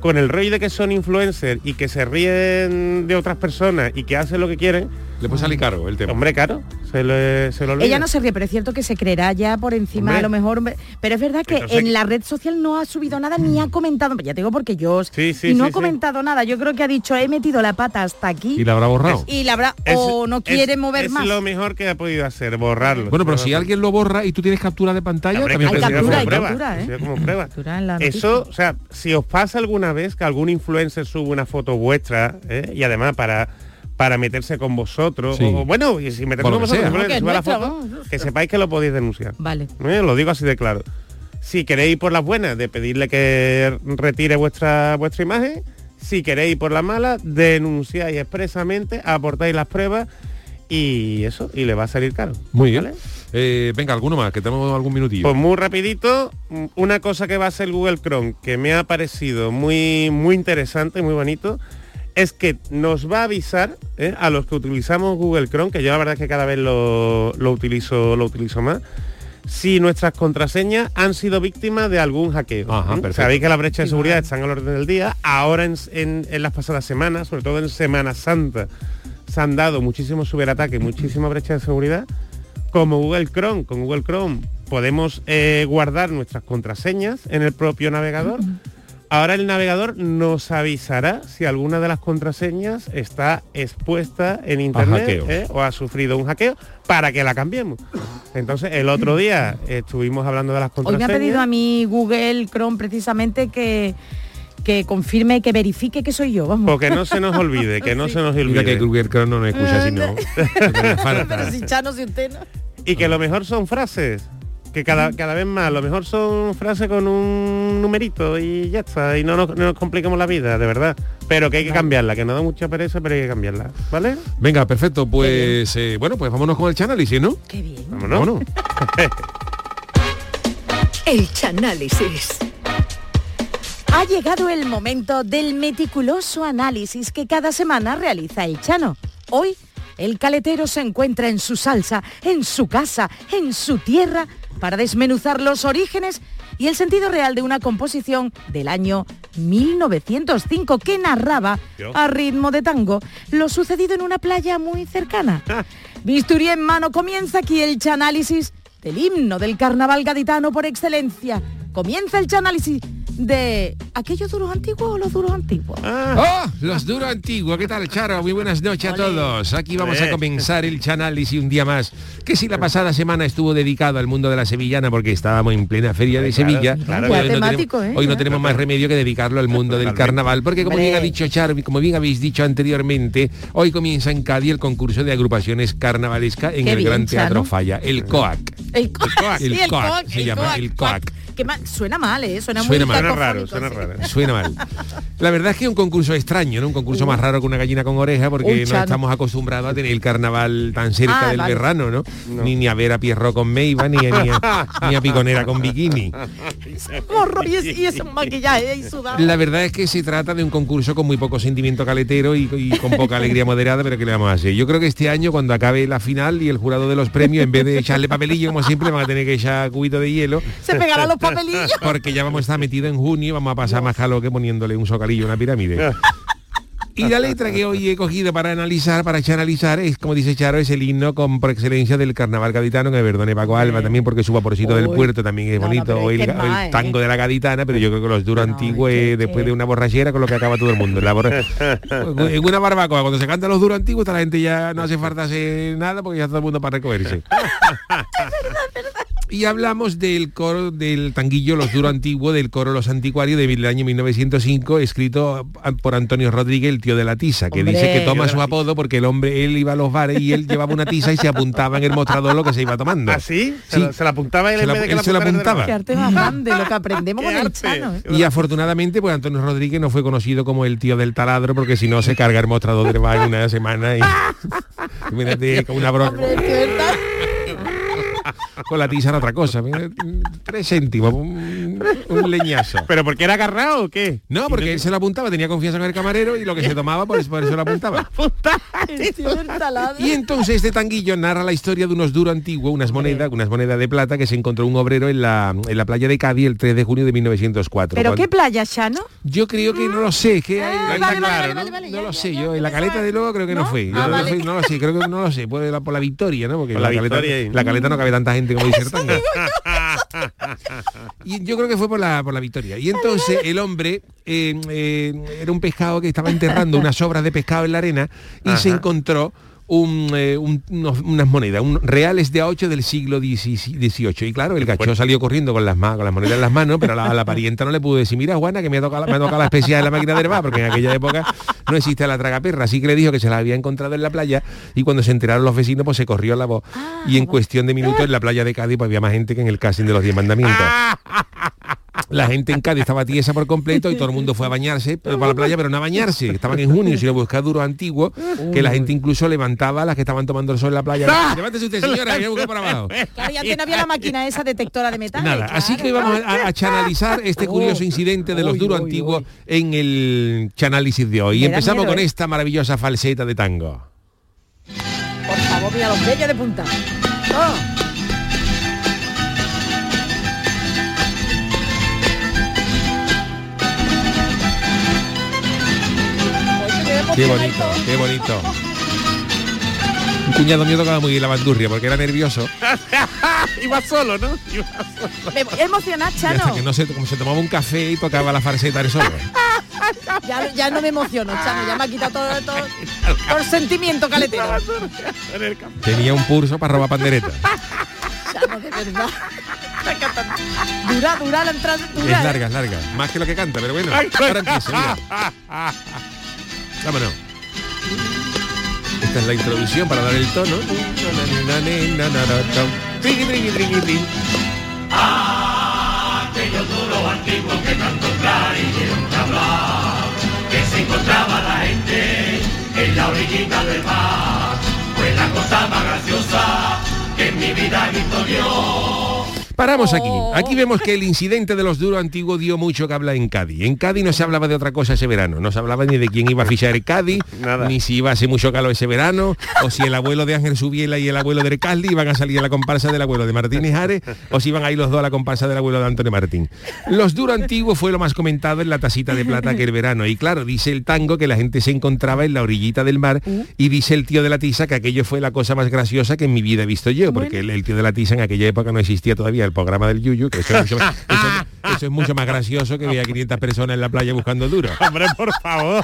Speaker 6: con el rey de que son influencers y que se ríen de otras personas y que hacen lo que quieren
Speaker 1: le puede salir caro el tema
Speaker 6: hombre caro se le se lo olvida.
Speaker 3: Ella no se ríe, pero es cierto que se creerá ya por encima
Speaker 6: Hombre.
Speaker 3: a lo mejor. hombre, Pero es verdad que
Speaker 6: Entonces- Mm.
Speaker 3: en la red social no ha subido nada ni ha comentado. Ya te digo porque yo
Speaker 6: sí,
Speaker 3: y no
Speaker 6: sí,
Speaker 3: ha
Speaker 6: sí.
Speaker 3: comentado nada. Yo creo que ha dicho, he metido la pata hasta aquí.
Speaker 1: Y la habrá borrado.
Speaker 3: Y la habrá, o no quiere mover
Speaker 6: es
Speaker 3: más.
Speaker 6: lo mejor que ha podido hacer, borrarlo.
Speaker 1: Bueno, pero si alguien lo borra y tú tienes captura de pantalla,
Speaker 6: Hombre,
Speaker 1: también
Speaker 6: que
Speaker 1: puede ser
Speaker 6: sea como
Speaker 1: una prueba.
Speaker 6: prueba,
Speaker 3: ¿eh?
Speaker 6: que sea como prueba.
Speaker 3: Captura en la
Speaker 6: Eso, o sea, si os pasa alguna vez que algún influencer sube una foto vuestra, ¿eh? y además para para meterse con vosotros,
Speaker 1: Sí.
Speaker 6: o, o bueno, y si meterse
Speaker 1: Por lo
Speaker 6: con
Speaker 1: que sea.
Speaker 6: vosotros, simplemente
Speaker 1: Porque es
Speaker 6: suba la
Speaker 1: nuestra,
Speaker 6: foto, que sepáis que lo podéis denunciar.
Speaker 3: Vale.
Speaker 6: Eh, Lo digo así de claro. Si queréis por las buenas, de pedirle que retire vuestra, vuestra imagen. Si queréis por las malas, denunciáis expresamente, aportáis las pruebas y eso, y le va a salir caro.
Speaker 1: Muy bien. Eh, venga, alguno más, que tenemos algún minutillo.
Speaker 6: Pues muy rapidito, mm, una cosa que va a hacer Google Chrome que me ha parecido muy, muy interesante, muy bonito, es que nos va a avisar ¿eh? a los que utilizamos Google Chrome, que yo la verdad es que cada vez lo, lo utilizo, lo utilizo más, si nuestras contraseñas han sido víctimas de algún hackeo. ¿eh?
Speaker 1: perfecto.
Speaker 6: Sabéis que las brechas de seguridad están al orden del día. Ahora en, en- en las pasadas semanas, sobre todo en Semana Santa, se han dado muchísimos ciberataques, muchísimas brechas de seguridad como Google Chrome, con Google Chrome podemos eh, guardar nuestras contraseñas en el propio navegador.
Speaker 1: Mm-hmm.
Speaker 6: Ahora el navegador nos avisará si alguna de las contraseñas está expuesta en internet
Speaker 1: hackeos.
Speaker 6: ¿eh? o ha sufrido un hackeo para que la cambiemos. Entonces el otro día estuvimos hablando de las
Speaker 3: Hoy me ha
Speaker 6: contraseñas.
Speaker 3: pedido a mí Google Chrome precisamente que, que confirme, que verifique que soy yo. Vamos.
Speaker 6: Porque no se nos olvide, que no se nos olvide.
Speaker 1: Mira que Google Chrome no nos escucha, sino...
Speaker 3: Pero si Chano, si usted no.
Speaker 6: Y que lo mejor son frases. Que cada, cada vez más, lo mejor son frases con un numerito y ya está. Y no nos, no nos compliquemos la vida, de verdad. Pero que hay que cambiarla, que nos da mucha pereza, pero hay que cambiarla. ¿Vale?
Speaker 1: Venga, perfecto, pues eh, bueno, pues vámonos con el chanálisis, ¿no?
Speaker 3: Qué bien.
Speaker 6: Vámonos.
Speaker 4: El chanálisis.
Speaker 3: Ha llegado el momento del meticuloso análisis que cada semana realiza el Chano. Hoy, el caletero se encuentra en su salsa, en su casa, en su tierra, para desmenuzar los orígenes y el sentido real de una composición del año 1905 que narraba
Speaker 14: Yo.
Speaker 3: a ritmo de tango lo sucedido en una playa muy cercana. Bisturí en mano, comienza aquí el chanálisis del himno del carnaval gaditano por excelencia. Comienza el chanálisis de aquellos duros antiguos o los duros antiguos.
Speaker 1: ¡Oh! Los Duro Antiguo, ¿qué tal, Charo? Muy buenas noches a todos. Aquí vamos a
Speaker 15: Eh.
Speaker 1: comenzar el chanálisis un día más. Que si la pasada semana estuvo dedicado al mundo de la sevillana porque estábamos en plena feria de
Speaker 15: Claro,
Speaker 1: Sevilla,
Speaker 15: claro.
Speaker 1: pues hoy,
Speaker 15: Mira,
Speaker 1: no
Speaker 15: temático,
Speaker 1: tenemos,
Speaker 15: ¿eh?
Speaker 1: hoy no
Speaker 15: Claro.
Speaker 1: tenemos más remedio que dedicarlo al mundo del carnaval, porque como bien ha dicho Charo y como bien habéis dicho anteriormente, hoy comienza en Cádiz el concurso de agrupaciones carnavalescas en
Speaker 3: Qué
Speaker 1: el
Speaker 3: bien,
Speaker 1: Gran
Speaker 3: Chano.
Speaker 1: Teatro Falla, el COAC.
Speaker 3: El coac,
Speaker 1: El
Speaker 3: sí, el
Speaker 1: coac,
Speaker 3: coac,
Speaker 1: se
Speaker 3: el
Speaker 1: llama,
Speaker 3: coac,
Speaker 1: el
Speaker 3: coac. Qué mal- suena mal, ¿eh? Suena, muy cacofónico, sí.
Speaker 1: Suena mal. La verdad es que es un concurso extraño, ¿no? Un concurso más raro que una gallina con oreja, porque
Speaker 15: Mm. Uy,
Speaker 1: no
Speaker 15: Chano.
Speaker 1: estamos acostumbrados a tener el carnaval tan cerca
Speaker 15: Ah,
Speaker 1: del
Speaker 15: vale.
Speaker 1: verano, ¿no? Ni, ni a ver a Pierro con Meiva, ni a, ni a- ni a Piconera con bikini.
Speaker 3: Morro y, es- y ese maquillaje y sudado.
Speaker 1: La verdad es que se trata de un concurso con muy poco sentimiento caletero y, y con poca alegría moderada, pero ¿qué le vamos a hacer? Yo creo que este año, cuando acabe la final y el jurado de los premios, en vez de echarle papelillo, como siempre, van a tener que echar cubito de hielo.
Speaker 3: Se pegarán los papelillos.
Speaker 1: Porque ya vamos a estar metidos en junio y vamos a pasar más calor que poniéndole un socalillo a una pirámide. Y la letra que hoy he cogido para analizar, para echar a analizar, es como dice Charo, es el himno con por excelencia del carnaval gaditano, que me perdone Paco Alba también porque su vaporcito del
Speaker 15: Uy.
Speaker 1: puerto también es bonito, o el,
Speaker 15: que es
Speaker 1: o el
Speaker 15: más, ¿eh?
Speaker 1: tango de la gaditana, pero yo creo que los duros antiguos es después de una borrachera con lo que acaba todo el mundo. La borra- en una barbacoa, cuando se cantan los duros antiguos, esta la gente ya no hace falta hacer nada porque ya está todo el mundo para recogerse. Y hablamos del coro del tanguillo Los Duro Antiguo, del coro Los Anticuarios del año 1905, escrito a- por Antonio Rodríguez, el tío de la tiza, que
Speaker 15: Hombre.
Speaker 1: dice que
Speaker 15: Tío de
Speaker 1: toma
Speaker 15: la
Speaker 1: su apodo porque el hombre, él iba a los bares y él llevaba una tiza y se apuntaba en el mostrador lo que se iba tomando. ¿Ah,
Speaker 6: sí? ¿Se, la, apuntaba
Speaker 1: él, se la apuntaba.
Speaker 3: Qué arte más grande lo que aprendemos con el Chano, ¿eh?
Speaker 1: Y afortunadamente, pues Antonio Rodríguez no fue conocido como el tío del taladro, porque si no se carga el mostrador de bar en una semana y imagínate con una bronca. Con la tiza era otra cosa. mira, Tres céntimos, un, un leñazo.
Speaker 6: ¿Pero porque era agarrado o qué?
Speaker 1: No, porque él se lo apuntaba, tenía confianza con el camarero y lo que se tomaba, por eso, por eso lo apuntaba.
Speaker 3: El tío del taladro.
Speaker 1: Y entonces este tanguillo narra la historia de unos duro antiguo, unas monedas, unas monedas de plata que se encontró un obrero en la, en la playa de Cádiz el 3 de junio de 1904.
Speaker 3: ¿Pero
Speaker 1: Cuando-
Speaker 3: qué playa, Chano?
Speaker 1: Yo creo que no lo sé, es que hay-
Speaker 3: Ah,
Speaker 1: no está
Speaker 3: vale, vale,
Speaker 1: claro,
Speaker 3: vale,
Speaker 1: ¿no? No lo sé, yo en la caleta de luego creo que no, fue. Yo
Speaker 3: Ah,
Speaker 1: no,
Speaker 3: vale.
Speaker 1: fui, no lo sé, creo que no lo sé, por la, por la victoria, ¿no? Porque
Speaker 6: Por
Speaker 1: la,
Speaker 6: la victoria ¿eh?
Speaker 1: caleta,
Speaker 6: y-
Speaker 1: la caleta no cabe tanta gente como dice el tango. Y yo creo que fue por la, por la victoria. Y entonces el hombre eh, eh, era un pescado que estaba enterrando unas obras de pescado en la arena y se encontró un, eh, un- unos- unas monedas, un reales de A8 del siglo XVIII. Y claro, el gacho salió corriendo con las, ma- con las monedas en las manos, pero a la, a la parienta no le pudo decir, mira Juana, que me ha tocado, la- me ha tocado la especial de la máquina de hervá, porque en aquella época no existía la tragaperra. Así que le dijo que se la había encontrado en la playa y cuando se enteraron los vecinos, pues se corrió la voz. y en cuestión de minutos en la playa de Cádiz pues, había más gente que en el casting de los 10 mandamientos. La gente en Cádiz estaba tiesa por completo y todo el mundo fue a bañarse, pero para la playa, pero no a bañarse. Estaban en junio, si lo buscas duro antiguo, que la gente incluso levantaba a las que estaban tomando el sol en la playa.
Speaker 3: ¡Ah!
Speaker 1: Levántese usted, señora, que voy a buscar para abajo.
Speaker 3: Claro, y antes no había la máquina esa detectora de metales.
Speaker 1: Nada, así que vamos a, a chanalizar este
Speaker 3: Oh.
Speaker 1: curioso incidente de los duros antiguos en el chanálisis de hoy. Y
Speaker 3: Me da
Speaker 1: empezamos
Speaker 3: miedo,
Speaker 1: con
Speaker 3: ¿eh?
Speaker 1: esta maravillosa falseta de tango.
Speaker 3: Por favor, mira los bellos de punta. Oh.
Speaker 1: Qué bonito, qué bonito. Un cuñado mío tocaba muy bien la bandurria porque era nervioso.
Speaker 6: Iba solo, ¿no? Iba
Speaker 3: Me voy a emocionar,
Speaker 1: Y hasta
Speaker 3: Chano.
Speaker 1: que no se, como se tomaba un café y tocaba la falseta de solo.
Speaker 3: Ya, ya no me emociono, Chano. Ya me ha quitado todo, todo, todo el sentimiento caletero.
Speaker 1: Tenía un pulso para robar pandereta.
Speaker 3: Chano, de verdad. Dura, dura la entrada.
Speaker 1: Es
Speaker 3: Dura, ¿eh?
Speaker 1: larga, es larga. Más que lo que canta, pero bueno.
Speaker 3: Ay,
Speaker 1: Ahora empieza, mira. Vámonos. Esta es la introducción para dar el tono. Triqui, triqui, triqui, triqui.
Speaker 14: Aquellos duros antiguos que tanto hablar y dieron que hablar, que se encontraba la gente en la orillita del mar. Fue la cosa más graciosa que en mi vida he visto yo.
Speaker 1: Paramos aquí. Aquí vemos que el incidente de los duros antiguos dio mucho que hablar en Cádiz. En Cádiz no se hablaba de otra cosa ese verano. No se hablaba ni de quién iba a fichar Cádiz, ni si iba a hacer mucho calor ese verano, o si el abuelo de Ángel Subiela y el abuelo de Caldi iban a salir a la comparsa del abuelo de Martínez Ares, o si iban a ir los dos a la comparsa del abuelo de Antonio Martín. Los duros antiguos fue lo más comentado en la tacita de plata aquel verano. Y claro, dice el tango que la gente se encontraba en la orillita del mar y dice el tío de la tiza que aquello fue la cosa más graciosa que en mi vida he visto yo, porque el, el tío de la tiza en aquella época no existía todavía el programa del Yuyu, que eso es mucho más, eso- eso es mucho más gracioso que ver a 500 personas en la playa buscando duro.
Speaker 6: Hombre, por favor.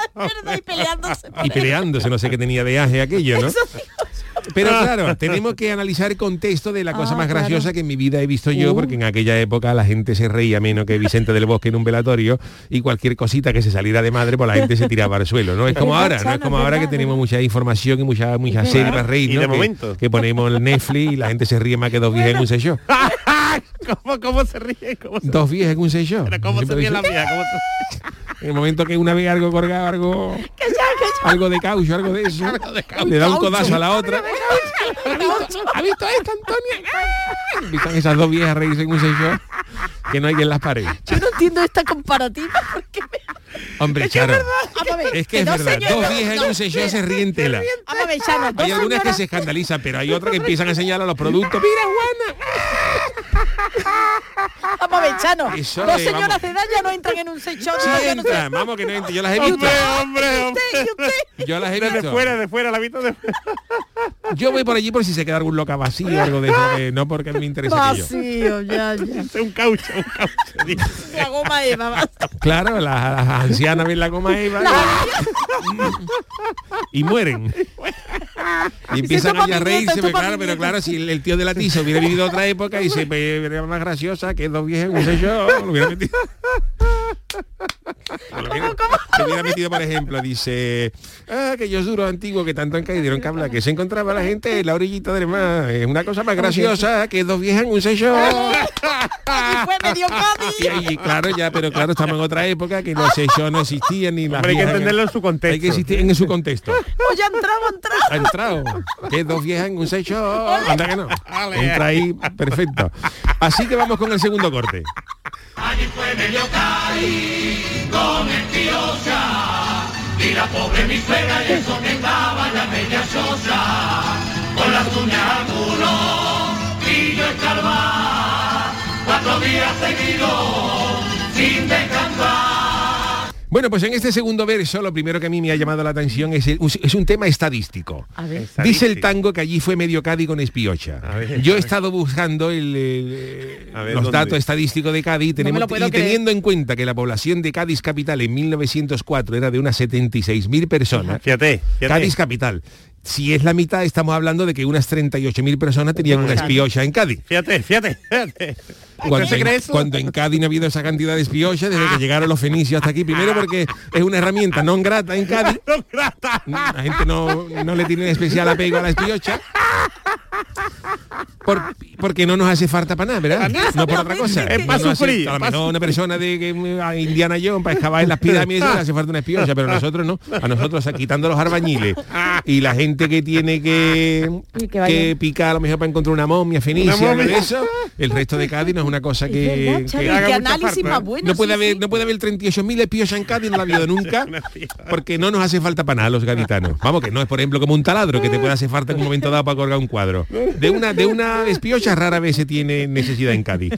Speaker 3: y peleándose.
Speaker 1: Y peleándose, no sé qué tenía de aje aquello, ¿no? Pero
Speaker 6: Ah.
Speaker 1: claro, tenemos que analizar el contexto de la cosa más graciosa que en mi vida he visto
Speaker 6: Uh.
Speaker 1: yo, porque en aquella época la gente se reía menos que Vicente del Bosque en un velatorio y cualquier cosita que se saliera de madre, pues la gente se tiraba al suelo. No es como
Speaker 6: Es
Speaker 1: ahora, no
Speaker 6: verdad,
Speaker 1: es como
Speaker 6: es
Speaker 1: ahora que
Speaker 6: verdad,
Speaker 1: tenemos mucha información y mucha, mucha
Speaker 6: Es
Speaker 1: serie
Speaker 6: verdad.
Speaker 1: para reír,
Speaker 6: Y
Speaker 1: ¿no?
Speaker 6: de
Speaker 1: Que-
Speaker 6: momento.
Speaker 1: Que ponemos el Netflix y la gente se ríe más que dos viejas en un sello.
Speaker 6: ¿Cómo, cómo se ríe? ¿Cómo se,
Speaker 1: Dos viejas en un sello.
Speaker 6: cómo se ríe la mía? ¿Cómo
Speaker 1: En el momento que una ve algo colgado, algo, algo de caucho, algo de eso, le da un codazo a la otra. ¿Ha visto esto, Antonia? Y están esas dos viejas reírse en un sello que no hay quien las pare.
Speaker 3: Yo no entiendo esta comparativa porque
Speaker 1: Hombre, Charo.
Speaker 3: Vamos a ver,
Speaker 1: Es que es
Speaker 3: dos
Speaker 1: verdad,
Speaker 3: señoras-
Speaker 1: dos viejas en un sello se ríen tela.
Speaker 3: Vamos a ver, Chano, dos
Speaker 1: Hay algunas que
Speaker 3: señoras-
Speaker 1: se escandalizan, pero hay otras que empiezan a señalar los productos. Mira,
Speaker 3: Vamos a ver, Chano.
Speaker 1: Eso
Speaker 3: dos
Speaker 1: le-
Speaker 3: señoras
Speaker 1: vamos.
Speaker 3: de edad ya no entran en un sechón.
Speaker 1: Sí,
Speaker 3: todavía no se-
Speaker 1: entran, vamos que no entran, yo las he
Speaker 3: Hombre,
Speaker 1: visto.
Speaker 6: hombre,
Speaker 3: hombre.
Speaker 1: Yo las he
Speaker 6: Desde
Speaker 1: visto.
Speaker 6: fuera, de fuera, la vista de fuera.
Speaker 1: Yo voy por allí por si se queda algún loca vacío, algo de eso, de- no porque me interese aquello.
Speaker 3: Vacío, Ah, oh, ya, ya.
Speaker 6: un caucho, un caucho.
Speaker 3: La goma Eva. va.
Speaker 1: Claro, las, las ancianas ven la goma ahí, ¿vale? y mueren. Y empiezan
Speaker 6: esto
Speaker 1: a
Speaker 6: pa' mi
Speaker 1: ya
Speaker 6: nieto,
Speaker 1: reírse,
Speaker 6: esto
Speaker 1: pero
Speaker 6: pa' mi
Speaker 1: claro, pero
Speaker 6: nieto.
Speaker 1: claro, si el, el tío de la tiza hubiera vivido otra época y se pe- era más graciosa que dos viejas, un sello, lo hubiera metido. Lo hubiera- lo hubiera metido, por ejemplo, dice, ah, aquellos duros antiguos que tanto han caído dieron que hablar, que se encontraba la gente en la orillita del mar, es una cosa más graciosa que dos viejas en un sello.
Speaker 3: fue medio Cádiz.
Speaker 1: Y ahí, claro, ya, pero claro, estamos en otra época que los sellos no existían ni las
Speaker 6: Hombre, hay que
Speaker 1: viejas
Speaker 6: entenderlo en su contexto.
Speaker 1: Hay que existir en su contexto.
Speaker 3: Oye, Oh, ya entramos, entramos.
Speaker 1: Ha entrado. Que dos viejas en un sello.
Speaker 3: Ole.
Speaker 1: Anda que no. Entra ahí, perfecto. Así que vamos con el segundo corte.
Speaker 14: Allí fue medio Cádiz con el tío Osa, y la pobre mi suegra y eso que estaba ya media sosa, con las uñas al culo y yo escarbar, cuatro días seguidos sin descansar.
Speaker 1: Bueno, pues en este segundo verso lo primero que a mí me ha llamado la atención es, el- es un tema estadístico. Dice el tango que allí fue medio Cádiz con espiocha. Yo he estado buscando el, el- los
Speaker 6: ¿dónde?
Speaker 1: datos estadísticos de Cádiz y tenemos-
Speaker 6: lo puedo
Speaker 1: y
Speaker 6: creer.
Speaker 1: teniendo en cuenta que la población de Cádiz capital en 1904 era de unas 76.000 personas.
Speaker 6: Fíjate, fíjate.
Speaker 1: Cádiz capital. Si es la mitad, estamos hablando de que unas 38.000 personas tenían una
Speaker 6: Exacto.
Speaker 1: espiocha en Cádiz.
Speaker 6: Fíjate, fíjate, fíjate.
Speaker 1: Cuando,
Speaker 6: ¿Usted
Speaker 1: en-
Speaker 6: cree eso?
Speaker 1: cuando en Cádiz no ha habido esa cantidad de espiochas desde que llegaron los fenicios hasta aquí. Primero porque es una herramienta no grata en Cádiz. La gente no, no le tiene especial apego a la espiocha. Por- porque no nos hace falta para nada, ¿verdad? No por otra cosa.
Speaker 6: Es pa'
Speaker 1: No hace-
Speaker 6: sufrir,
Speaker 1: a lo
Speaker 6: pa'
Speaker 1: mejor una persona de que- mm, a Indiana Jones para excavar en las pirámides le hace falta una espiocha, pero nosotros no. A nosotros, o sea, quitando los arbañiles y la gente que tiene que,
Speaker 3: Y que vaya.
Speaker 1: que picar a lo mejor para encontrar una momia fenicia,
Speaker 3: Una momia.
Speaker 1: algo de eso, el resto de Cádiz no es una cosa
Speaker 3: verdad,
Speaker 1: eh, que,
Speaker 3: Xavi, qué análisis más bueno,
Speaker 1: no puede
Speaker 3: sí,
Speaker 1: haber
Speaker 3: sí.
Speaker 1: no puede haber 38.000 espiochas en Cádiz no la ha habido nunca porque no nos hace falta para nada los gaditanos vamos que no es por ejemplo como un taladro que te puede hacer falta en un momento dado para colgar un cuadro de una de una espiocha rara vez se tiene necesidad en Cádiz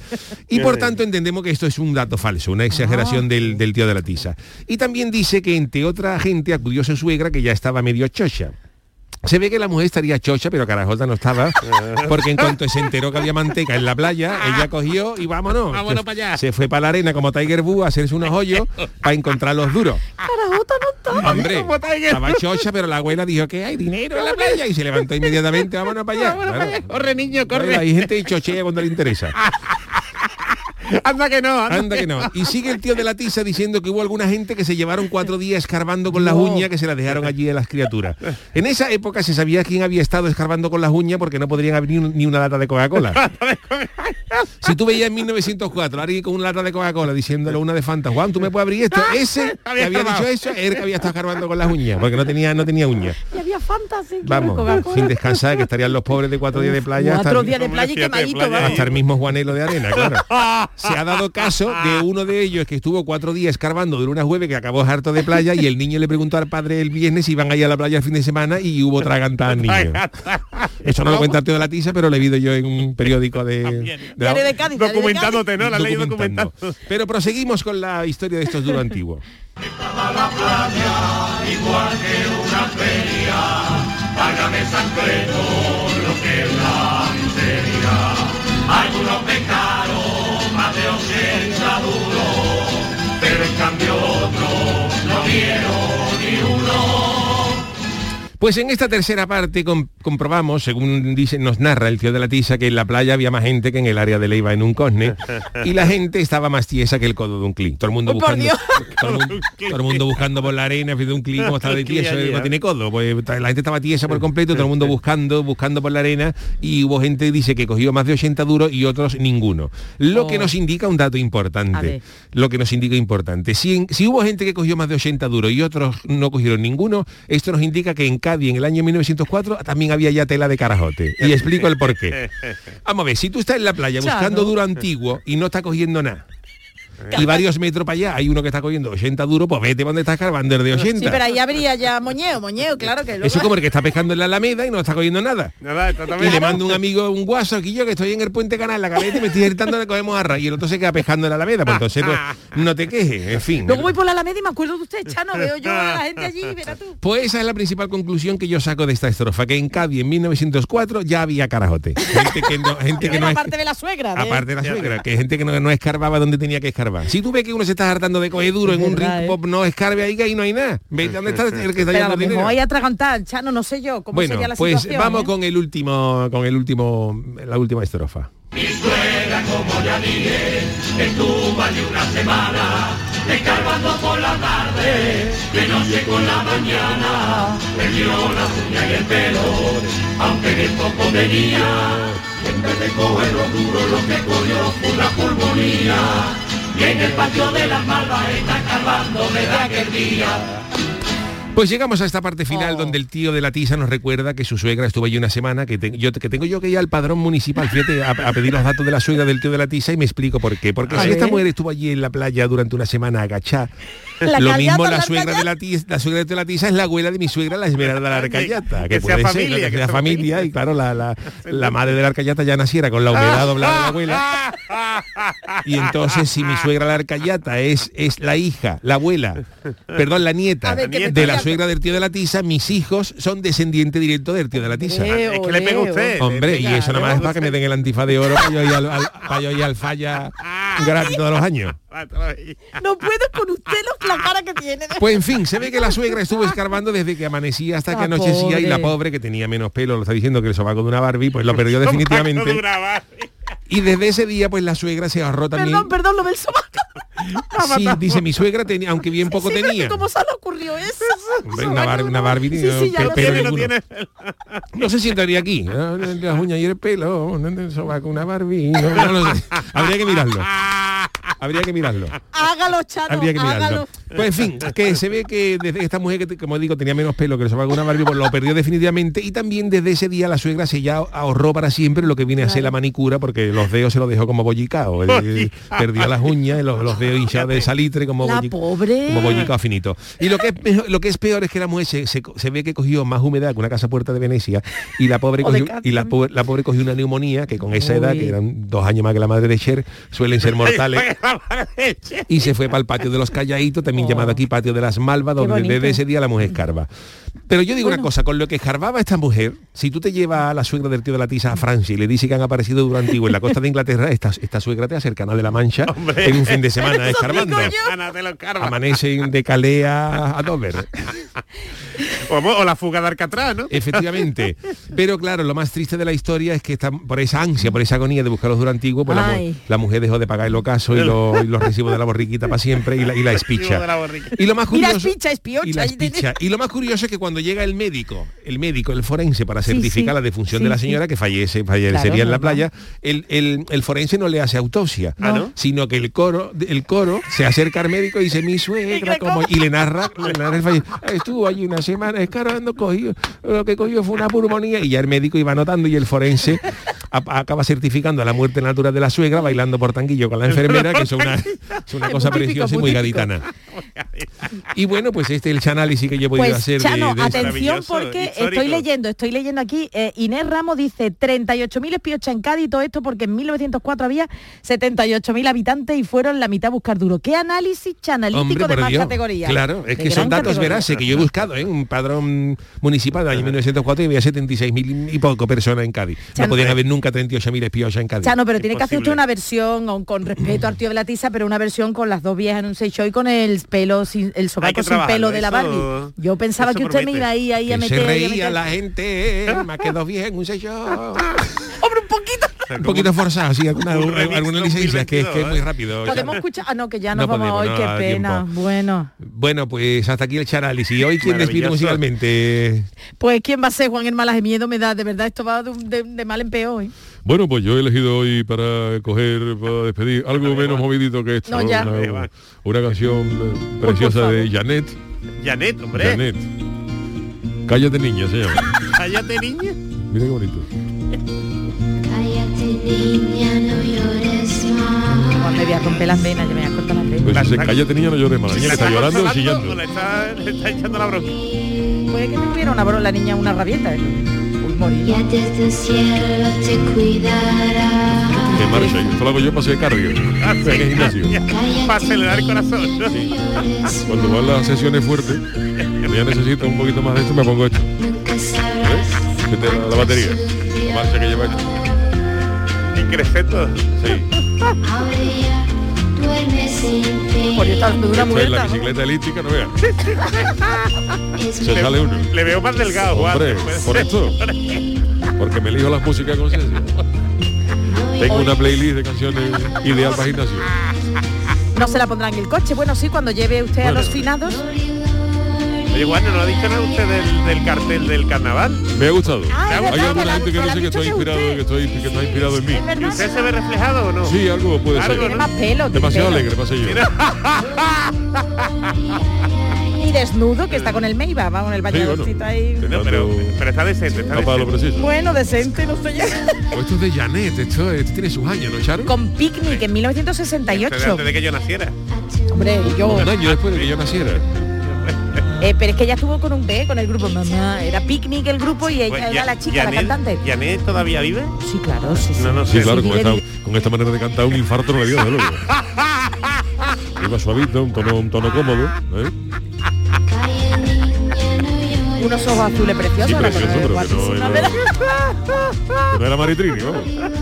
Speaker 1: y por tanto entendemos que esto es un dato falso una exageración del, del tío de la tiza y también dice que entre otra gente acudió su suegra que ya estaba medio chocha se ve que la mujer estaría chocha, pero carajota no estaba, porque en cuanto se enteró que había manteca en la playa, ella cogió y vámonos.
Speaker 6: Ah. Vámonos pa' allá.
Speaker 1: Se fue para la arena como Tiger Boo a hacerse unos hoyos para encontrar los duros.
Speaker 3: Carajota no está.
Speaker 1: Hombre, estaba chocha, pero la abuela dijo que hay dinero en la playa y se levantó inmediatamente, vámonos para allá. Claro.
Speaker 6: Corre, niño,
Speaker 1: Bueno,
Speaker 6: corre.
Speaker 1: Hay gente que chochea cuando le interesa.
Speaker 6: Anda que no, anda,
Speaker 1: Anda que no. Y sigue el tío de la tiza diciendo que hubo alguna gente que se llevaron cuatro días escarbando con las uñas que se las dejaron allí a las criaturas. En esa época se sabía quién había estado escarbando con las uñas porque no podrían abrir ni una lata de Coca-Cola. Si tú veías en 1904 a alguien con una lata de Coca-Cola diciéndole a una de Fanta, Juan, ¿tú me puedes abrir esto? Ese que
Speaker 6: Había
Speaker 1: había dicho
Speaker 6: escarbado.
Speaker 1: eso era el que había estado escarbando con las uñas porque no tenía, no tenía uñas.
Speaker 3: Y había fantasy.
Speaker 1: Vamos, sin descansar, que estarían los pobres de cuatro días de playa. hasta
Speaker 3: Cuatro
Speaker 1: el-
Speaker 3: días de playa y quemadito, vamos.
Speaker 1: hasta el mismo Juanelo de Arena, claro. Se ha dado caso de uno de ellos que estuvo cuatro días escarbando de una jueves que acabó harto de playa y el niño le preguntó al padre el viernes si iban a ir a la playa el fin de semana y hubo tragantada al niño. Eso no lo cuenta el tío de la tiza, pero lo he visto yo en un periódico de... de la-
Speaker 3: Diario de Cádiz, diario de
Speaker 6: Documentándote, ¿no? La ley
Speaker 1: documentando. Pero proseguimos con la historia de estos duros antiguos.
Speaker 14: igual que una feria. Págame Sancreto lo que es la miseria. Algunos pecaron más de 80 duros, pero en cambio otros no dieron ni uno.
Speaker 1: Pues en esta tercera parte com- comprobamos, según dice, nos narra el tío de la tiza, que en la playa había más gente que en el área de Leiva en un cosne y la gente estaba más tiesa que el codo de un clic. Todo el mundo
Speaker 3: Uy, Oh, por
Speaker 1: buscando,
Speaker 3: Dios.
Speaker 1: todo el, mun- todo el mundo buscando por la arena, haciendo un clic, como está de
Speaker 6: Un clic
Speaker 1: tieso, eh,
Speaker 6: allí,
Speaker 1: no
Speaker 6: ¿no?
Speaker 1: tiene codo. Pues ta- la gente estaba tiesa por completo, todo el mundo buscando, buscando por la arena y hubo gente dice que cogió más de 80 duros y otros ninguno. Lo que
Speaker 6: Oh.
Speaker 1: nos indica un dato
Speaker 6: A ver.
Speaker 1: importante lo que nos indica importante. Si, en- si hubo gente que cogió más de 80 duros y otros no cogieron ninguno, esto nos indica que en Cádiz en el año 1904 también había ya tela de carajote. Y explico el porqué. Vamos a ver, si tú estás en la playa
Speaker 6: Chano.
Speaker 1: buscando duro antiguo y no está cogiendo nada. Y varios metros para allá hay uno que está cogiendo 80 duros, pues vete donde estás carbando el de 80.
Speaker 3: Sí, pero ahí habría ya moñeo, moñeo, claro que luego...
Speaker 1: Eso es como el que está pescando en la Alameda y no está cogiendo nada. Y le mando un amigo un guaso aquí yo que estoy en el puente canal, la cabeza y me estoy irritando, le cogemos arra. Y el otro se queda pescando en la Alameda. Pues entonces pues, no te quejes, en fin.
Speaker 3: Luego voy por la Alameda y me acuerdo de usted, Chano, veo yo a la gente allí, verá tú.
Speaker 1: Pues esa es la principal conclusión que yo saco de esta estrofa, que en Cádiz en 1904 ya había carajote. Gente que no, gente que no es-
Speaker 3: Aparte de la ¿eh? suegra. de-
Speaker 1: aparte de la suegra, que gente que no, no escarbaba donde tenía que escarbar. Si tú ves que uno se está hartando de coger duro en un
Speaker 3: Verdad, ¿eh?
Speaker 1: ring pop, no escarbe ahí que ahí no hay nada. Vete donde está el que está
Speaker 3: Pero a lo
Speaker 1: llevando
Speaker 3: mejor
Speaker 1: dinero.
Speaker 3: hay atragantar, Chano, no sé yo cómo
Speaker 1: Bueno,
Speaker 3: sería la
Speaker 1: pues
Speaker 3: situación.
Speaker 1: vamos
Speaker 3: ¿eh?
Speaker 1: con el último, con el último, la última estrofa.
Speaker 14: Era como ya dije, estuvo allí una semana, escarbando por la tarde, de noche con la mañana, perdió las uñas y el pelo, aunque bien poco tenía, en vez de coger lo duro lo que cogió fue una pulmonía, y en el patio de las malvas está escarbando desde aquel día.
Speaker 1: Pues llegamos a esta parte final donde el tío de la tiza nos recuerda que su suegra estuvo allí una semana, que, te- yo, que tengo yo que ir al padrón municipal, fíjate, a, a pedir los datos de la suegra del tío de la tiza y me explico por qué. Porque
Speaker 6: A
Speaker 1: si
Speaker 6: ver.
Speaker 1: esta mujer estuvo allí en la playa durante una semana agachada,
Speaker 6: La
Speaker 1: lo
Speaker 6: callata,
Speaker 1: mismo la
Speaker 6: la
Speaker 1: suegra, de la, tiza, la suegra del tío de la tiza es la abuela de mi suegra, la Esmeralda la Arcayata, que,
Speaker 6: Que sea
Speaker 1: puede ser,
Speaker 6: familia,
Speaker 1: que
Speaker 6: que
Speaker 1: sea
Speaker 6: sea
Speaker 1: familia, y claro, la, la- la madre de la Arcayata ya naciera con la
Speaker 6: Ah,
Speaker 1: humedad doblada de la abuela. Y entonces si mi suegra la arcayata es, es la hija, la abuela, perdón, la nieta
Speaker 6: A ver, que me
Speaker 1: de la
Speaker 6: estoy-
Speaker 1: suegra del tío de la tiza, mis hijos son descendientes directos del tío de la tiza.
Speaker 3: Eh,
Speaker 6: Olé, Es que le pega olé, usted, olé.
Speaker 1: Hombre,
Speaker 6: le
Speaker 1: y
Speaker 6: pega,
Speaker 1: eso
Speaker 6: le
Speaker 1: nada más
Speaker 6: pega
Speaker 1: es para que me den el antifaz de oro para yo ir al, al- para yo ir al falla gratis todos los años.
Speaker 6: Ah,
Speaker 3: No puedo con usted los- la cara que tiene.
Speaker 1: Pues en fin, se ve que la suegra estuvo escarbando desde que amanecía hasta que
Speaker 3: La
Speaker 1: anochecía y la
Speaker 3: Ah, pobre.
Speaker 1: pobre que tenía menos pelo, lo está diciendo que el sobaco de una Barbie, pues lo perdió definitivamente. Y desde ese día pues la suegra se ahorró también.
Speaker 3: Perdón, perdón, lo del sobaco.
Speaker 1: Sí, dice mi suegra tenía, aunque bien poco
Speaker 3: Sí, pero
Speaker 1: tenía.
Speaker 3: ¿Cómo se le ocurrió eso?
Speaker 1: Hombre, una, Barbie, una Barbie eh,
Speaker 3: Sí, sí, ya
Speaker 1: pe-
Speaker 3: lo
Speaker 1: pelo
Speaker 3: tiene, lo
Speaker 1: ninguno. No se sentaría aquí. ¿no? Las uñas y el pelo, no, no, sobaco, una Barbie. no, no lo sé. Habría que mirarlo. Habría que mirarlo.
Speaker 3: Hágalo, Chano,
Speaker 1: Habría que mirarlo.
Speaker 3: hágalo.
Speaker 1: Pues en fin, que se ve que desde esta mujer que, te- como digo, tenía menos pelo que el sobaco de una Barbie, pues lo perdió definitivamente. Y también desde ese día la suegra se ya ahorró para siempre lo que viene a ser la manicura, porque los dedos se los dejó como bollicao. eh, Perdió las uñas, los, los dedos hinchados de salitre como
Speaker 3: La
Speaker 1: bolli-
Speaker 3: pobre.
Speaker 1: como bollicao finito. Y lo que es, peor- lo que es peor es que la mujer se, se- se ve que cogió más humedad que una casa puerta de Venecia y la pobre
Speaker 3: O de
Speaker 1: cogió, y la, pobre, la pobre cogió una neumonía que con esa edad,
Speaker 3: Uy.
Speaker 1: que eran dos años más que la madre de Cher, suelen ser mortales y se fue para el patio de los calladitos, también llamado aquí patio de las malvas, donde
Speaker 15: Oh. bonito.
Speaker 1: desde ese día la mujer escarba. Pero yo digo una cosa, con lo que escarbaba esta mujer, si tú te llevas a la suegra del tío de la tiza a Francia y le dices que han aparecido durante en la costa de Inglaterra, esta, esta suegra te hace el canal de la Mancha en un fin de semana escarbando. Amanecen de Calea a Dover. O, la fuga de Alcatraz, ¿no? Efectivamente. Pero claro, lo más triste de la historia es que esta- por esa ansia, por esa agonía de buscar los antiguos, pues la, mu-
Speaker 15: Ay.
Speaker 1: la mujer dejó de pagar el ocaso y, lo- y los recibos de la borriquita para siempre y la, y la espicha. Y lo más
Speaker 3: Mira,
Speaker 1: curioso-
Speaker 3: es picha, es piocha.
Speaker 1: Y, la espicha. Y lo más curioso es que cuando llega el médico, el médico, el forense, para
Speaker 3: Sí,
Speaker 1: certificar
Speaker 3: sí.
Speaker 1: la defunción
Speaker 3: Sí,
Speaker 1: de la
Speaker 3: sí.
Speaker 1: señora que fallece, fallecería
Speaker 3: Claro,
Speaker 1: en la
Speaker 3: normal.
Speaker 1: playa, el, el- el forense no le hace autopsia,
Speaker 3: Ah, ¿no?
Speaker 1: sino que el coro, el coro se acerca al médico y dice, mi suegra, como... Y le narra, le narra el fallo. Estuvo allí una semana escarando, cogió, lo que cogió fue una pulmonía. Y ya el médico iba notando y el forense a- acaba certificando la muerte natural de la suegra bailando por tanguillo con la enfermera, que es una, es una
Speaker 3: Es
Speaker 1: cosa
Speaker 3: muy típico,
Speaker 1: preciosa y
Speaker 3: muy
Speaker 1: muy
Speaker 3: típico.
Speaker 1: gaditana. Y bueno, pues este es el análisis que yo he podido
Speaker 3: Pues
Speaker 1: hacer. de-
Speaker 3: Chano,
Speaker 1: de-
Speaker 3: atención porque estoy leyendo, estoy leyendo aquí, eh, Inés Ramos dice 38.000 espiochas en Cádiz y todo esto porque en 1904 había 78.000 habitantes y fueron la mitad a buscar duro. ¿Qué análisis chanalítico
Speaker 1: Hombre,
Speaker 3: de
Speaker 1: por
Speaker 3: más
Speaker 1: Dios.
Speaker 3: categoría?
Speaker 1: Claro, es
Speaker 3: De
Speaker 1: que son
Speaker 3: gran
Speaker 1: datos
Speaker 3: categoría.
Speaker 1: veraces que yo he buscado en un padrón municipal del año 1904 y había 76.000 y poco personas en Cádiz. No
Speaker 3: Chano. eh,
Speaker 1: podían haber nunca 38.000 espiochas en Cádiz.
Speaker 3: Chano, pero tiene que hacer usted una versión o con respeto al tío de la tiza, pero una versión con las dos viejas en un seicho y con el pelo sin el sobaco sin
Speaker 1: trabajarlo,
Speaker 3: pelo de la
Speaker 1: eso-
Speaker 3: Barbie. Yo pensaba
Speaker 1: eso
Speaker 3: que usted me
Speaker 1: promete.
Speaker 3: iba ahí, ahí a
Speaker 1: Que
Speaker 3: meter
Speaker 1: se
Speaker 3: ahí a
Speaker 1: reía
Speaker 3: meter-
Speaker 1: la gente, ¿eh? más que dos viejas en un sello. Hombre, un poquito. Un poquito forzado, sí, alguna, alguna licencia, que es que es muy rápido.
Speaker 3: Podemos escuchar. Ah, no, que ya nos
Speaker 1: No
Speaker 3: vamos
Speaker 1: podemos,
Speaker 3: hoy,
Speaker 1: no, da
Speaker 3: qué pena.
Speaker 1: tiempo.
Speaker 3: Bueno.
Speaker 1: Bueno, pues hasta aquí el charálisis. ¿Y hoy quién despide
Speaker 3: Maravilloso.
Speaker 1: musicalmente?
Speaker 3: Pues quién va a ser Juan Hermalas de miedo me da, de verdad esto va de, un- de- de mal en peor. ¿eh?
Speaker 7: Bueno, pues yo he elegido hoy para coger, para despedir, algo menos movidito que esto.
Speaker 3: No, ya.
Speaker 7: Una, una canción eh, preciosa de Janet.
Speaker 6: Janet, hombre.
Speaker 7: Janet. Cállate niña, se llama.
Speaker 6: Cállate, niña.
Speaker 7: Mira qué bonito.
Speaker 14: Cállate niña, no llores más.
Speaker 3: Juan, me voy a romper las venas, ya me voy a cortar las venas.
Speaker 7: Pues si se cállate niña, no llores más. La niña le está llorando o chillando.
Speaker 6: Le está, le está echando la bronca.
Speaker 3: Puede que me tuviera una bro- la niña una rabieta. ¿eh? Uy, morir.
Speaker 14: Ya desde el cielo te cuidará.
Speaker 7: En marcha, esto lo hago yo para hacer cardio.
Speaker 6: Ah,
Speaker 7: En el gimnasio.
Speaker 6: Para acelerar el corazón. ¿no?
Speaker 7: Cuando van las sesiones fuertes, ya necesito un poquito más de esto, me pongo esto.
Speaker 14: Nunca sabrás
Speaker 7: Que te da la batería. La marcha que lleva esto.
Speaker 6: Y crece todo.
Speaker 14: Ahora ya duermes sin fin.
Speaker 3: Por estar dura
Speaker 7: Esto es la bicicleta elíptica, no veas. Se
Speaker 6: Le-
Speaker 7: sale uno.
Speaker 6: Le veo más delgado, Juan.
Speaker 7: Hombre,
Speaker 6: después.
Speaker 7: por esto. Porque me elijo las músicas a conciencia. Tengo una playlist de canciones ideal para gimnasio.
Speaker 3: No se la pondrán en el coche. Bueno, sí, cuando lleve usted a los finados.
Speaker 6: Oye, Juan, ¿no ha dicho nada usted del, del cartel del carnaval?
Speaker 7: Me ha gustado.
Speaker 6: Ah, es
Speaker 7: Hay
Speaker 6: verdad,
Speaker 7: alguna
Speaker 6: me la-
Speaker 7: gente que
Speaker 6: me la
Speaker 7: dice que
Speaker 6: ha dicho
Speaker 7: estoy
Speaker 6: que
Speaker 7: inspirado, que estoy que está inspirado en mí.
Speaker 6: ¿Y usted se ve reflejado o no?
Speaker 7: Sí, algo puede ser.
Speaker 6: Algo, ¿no? Tiene más pelo, tiene
Speaker 7: Demasiado
Speaker 6: pelo.
Speaker 7: alegre, pasé yo.
Speaker 3: Y desnudo, que está con el Meiba, va con el bañadorcito ahí.
Speaker 6: No, pero, pero está decente, está decente.
Speaker 3: Bueno, decente, no sé yo.
Speaker 1: esto es de Janet, esto, esto tiene sus años, ¿no, Charo?
Speaker 3: Con Picnic en
Speaker 6: Esto de
Speaker 3: 1968.
Speaker 6: antes de que yo naciera.
Speaker 3: Hombre, yo.
Speaker 7: Un año después de que yo naciera.
Speaker 3: Eh, pero es que ella estuvo con un B, con el grupo Mamá. Era Picnic el grupo y ella
Speaker 6: Pues,
Speaker 3: era
Speaker 6: ya-
Speaker 3: la chica, la
Speaker 6: Janet-
Speaker 3: cantante.
Speaker 6: ¿Janet todavía vive?
Speaker 3: Sí, claro, sí,
Speaker 7: No, no,
Speaker 6: sí.
Speaker 7: sí, claro,
Speaker 6: Sí,
Speaker 7: con
Speaker 6: dile,
Speaker 7: esta, con esta manera de cantar un infarto no le dio, de luego. Iba suavito, un tono, un tono cómodo. ¿eh?
Speaker 14: Calle niña, no
Speaker 3: Unos ojos azules preciosos.
Speaker 7: Sí,
Speaker 3: la
Speaker 7: precioso,
Speaker 3: verdad,
Speaker 7: pero que
Speaker 3: guapísima,
Speaker 7: no
Speaker 3: ¿verdad?
Speaker 7: era- Que No era Maritrini, vamos.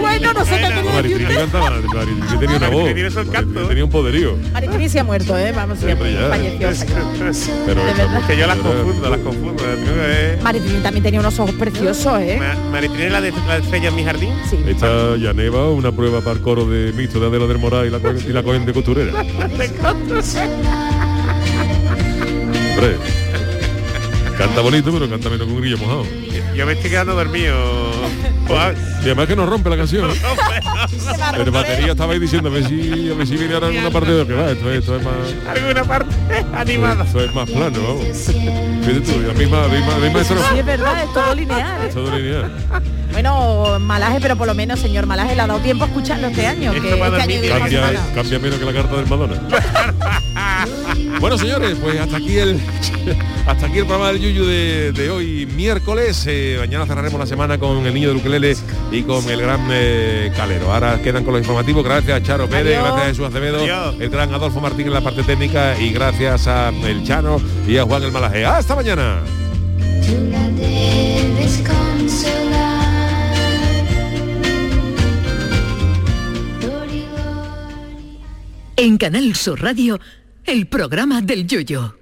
Speaker 3: Bueno, no sé qué
Speaker 7: No,
Speaker 3: quería
Speaker 7: Maritrini
Speaker 3: decirte.
Speaker 7: cantaba, Maritrini tenía una voz. Maritrini tenía un poderío.
Speaker 3: Maritrini se ha muerto, ¿eh? Vamos, se ha
Speaker 7: Hombre, ya.
Speaker 3: falleció. falleció.
Speaker 7: Pero
Speaker 3: de verdad.
Speaker 6: Que yo las confundo, las confundo. las tengo que-
Speaker 3: Maritrini también tenía unos ojos preciosos, ¿eh?
Speaker 6: Ma- Maritrini la de la estrella en mi jardín.
Speaker 7: Esta Llaneva, una prueba para el coro de mixto de Adela del Moral y la, co- y la cogen de costurera. Hombre. Canta bonito, pero canta menos que un grillo mojado.
Speaker 6: Yo me estoy quedando dormido.
Speaker 7: Y además que nos rompe la canción. El batería estaba ahí diciendo, a ver si, a ver si viene ahora alguna parte de lo que va. Esto es, esto es más,
Speaker 6: Alguna parte animada.
Speaker 7: esto es más plano, vamos. Fíjate tú, la misma, la misma, la misma estrofa.
Speaker 3: Sí, es verdad, es todo lineal.
Speaker 7: Esto es lineal.
Speaker 3: Bueno, Malaje, pero por lo menos, señor Malaje, le ha dado tiempo a escucharlo este año. Que, este año lleva una
Speaker 7: Cambia,
Speaker 3: semana.
Speaker 7: cambia menos que la carta del Madonna. bueno, señores, pues hasta aquí el hasta aquí el programa del Yuyu de, de hoy miércoles. Eh, mañana cerraremos la semana con el niño del ukelele y con el gran eh, Calero. Ahora quedan con los informativos. Gracias a Charo Pérez,
Speaker 6: Adiós.
Speaker 7: gracias a Jesús Acevedo, el gran Adolfo Martín en la parte técnica y gracias a el Chano y a Juan el Malaje. ¡Hasta mañana!
Speaker 14: Tú la debes consolar.
Speaker 4: En Canal Sur Radio, el programa del Yoyo.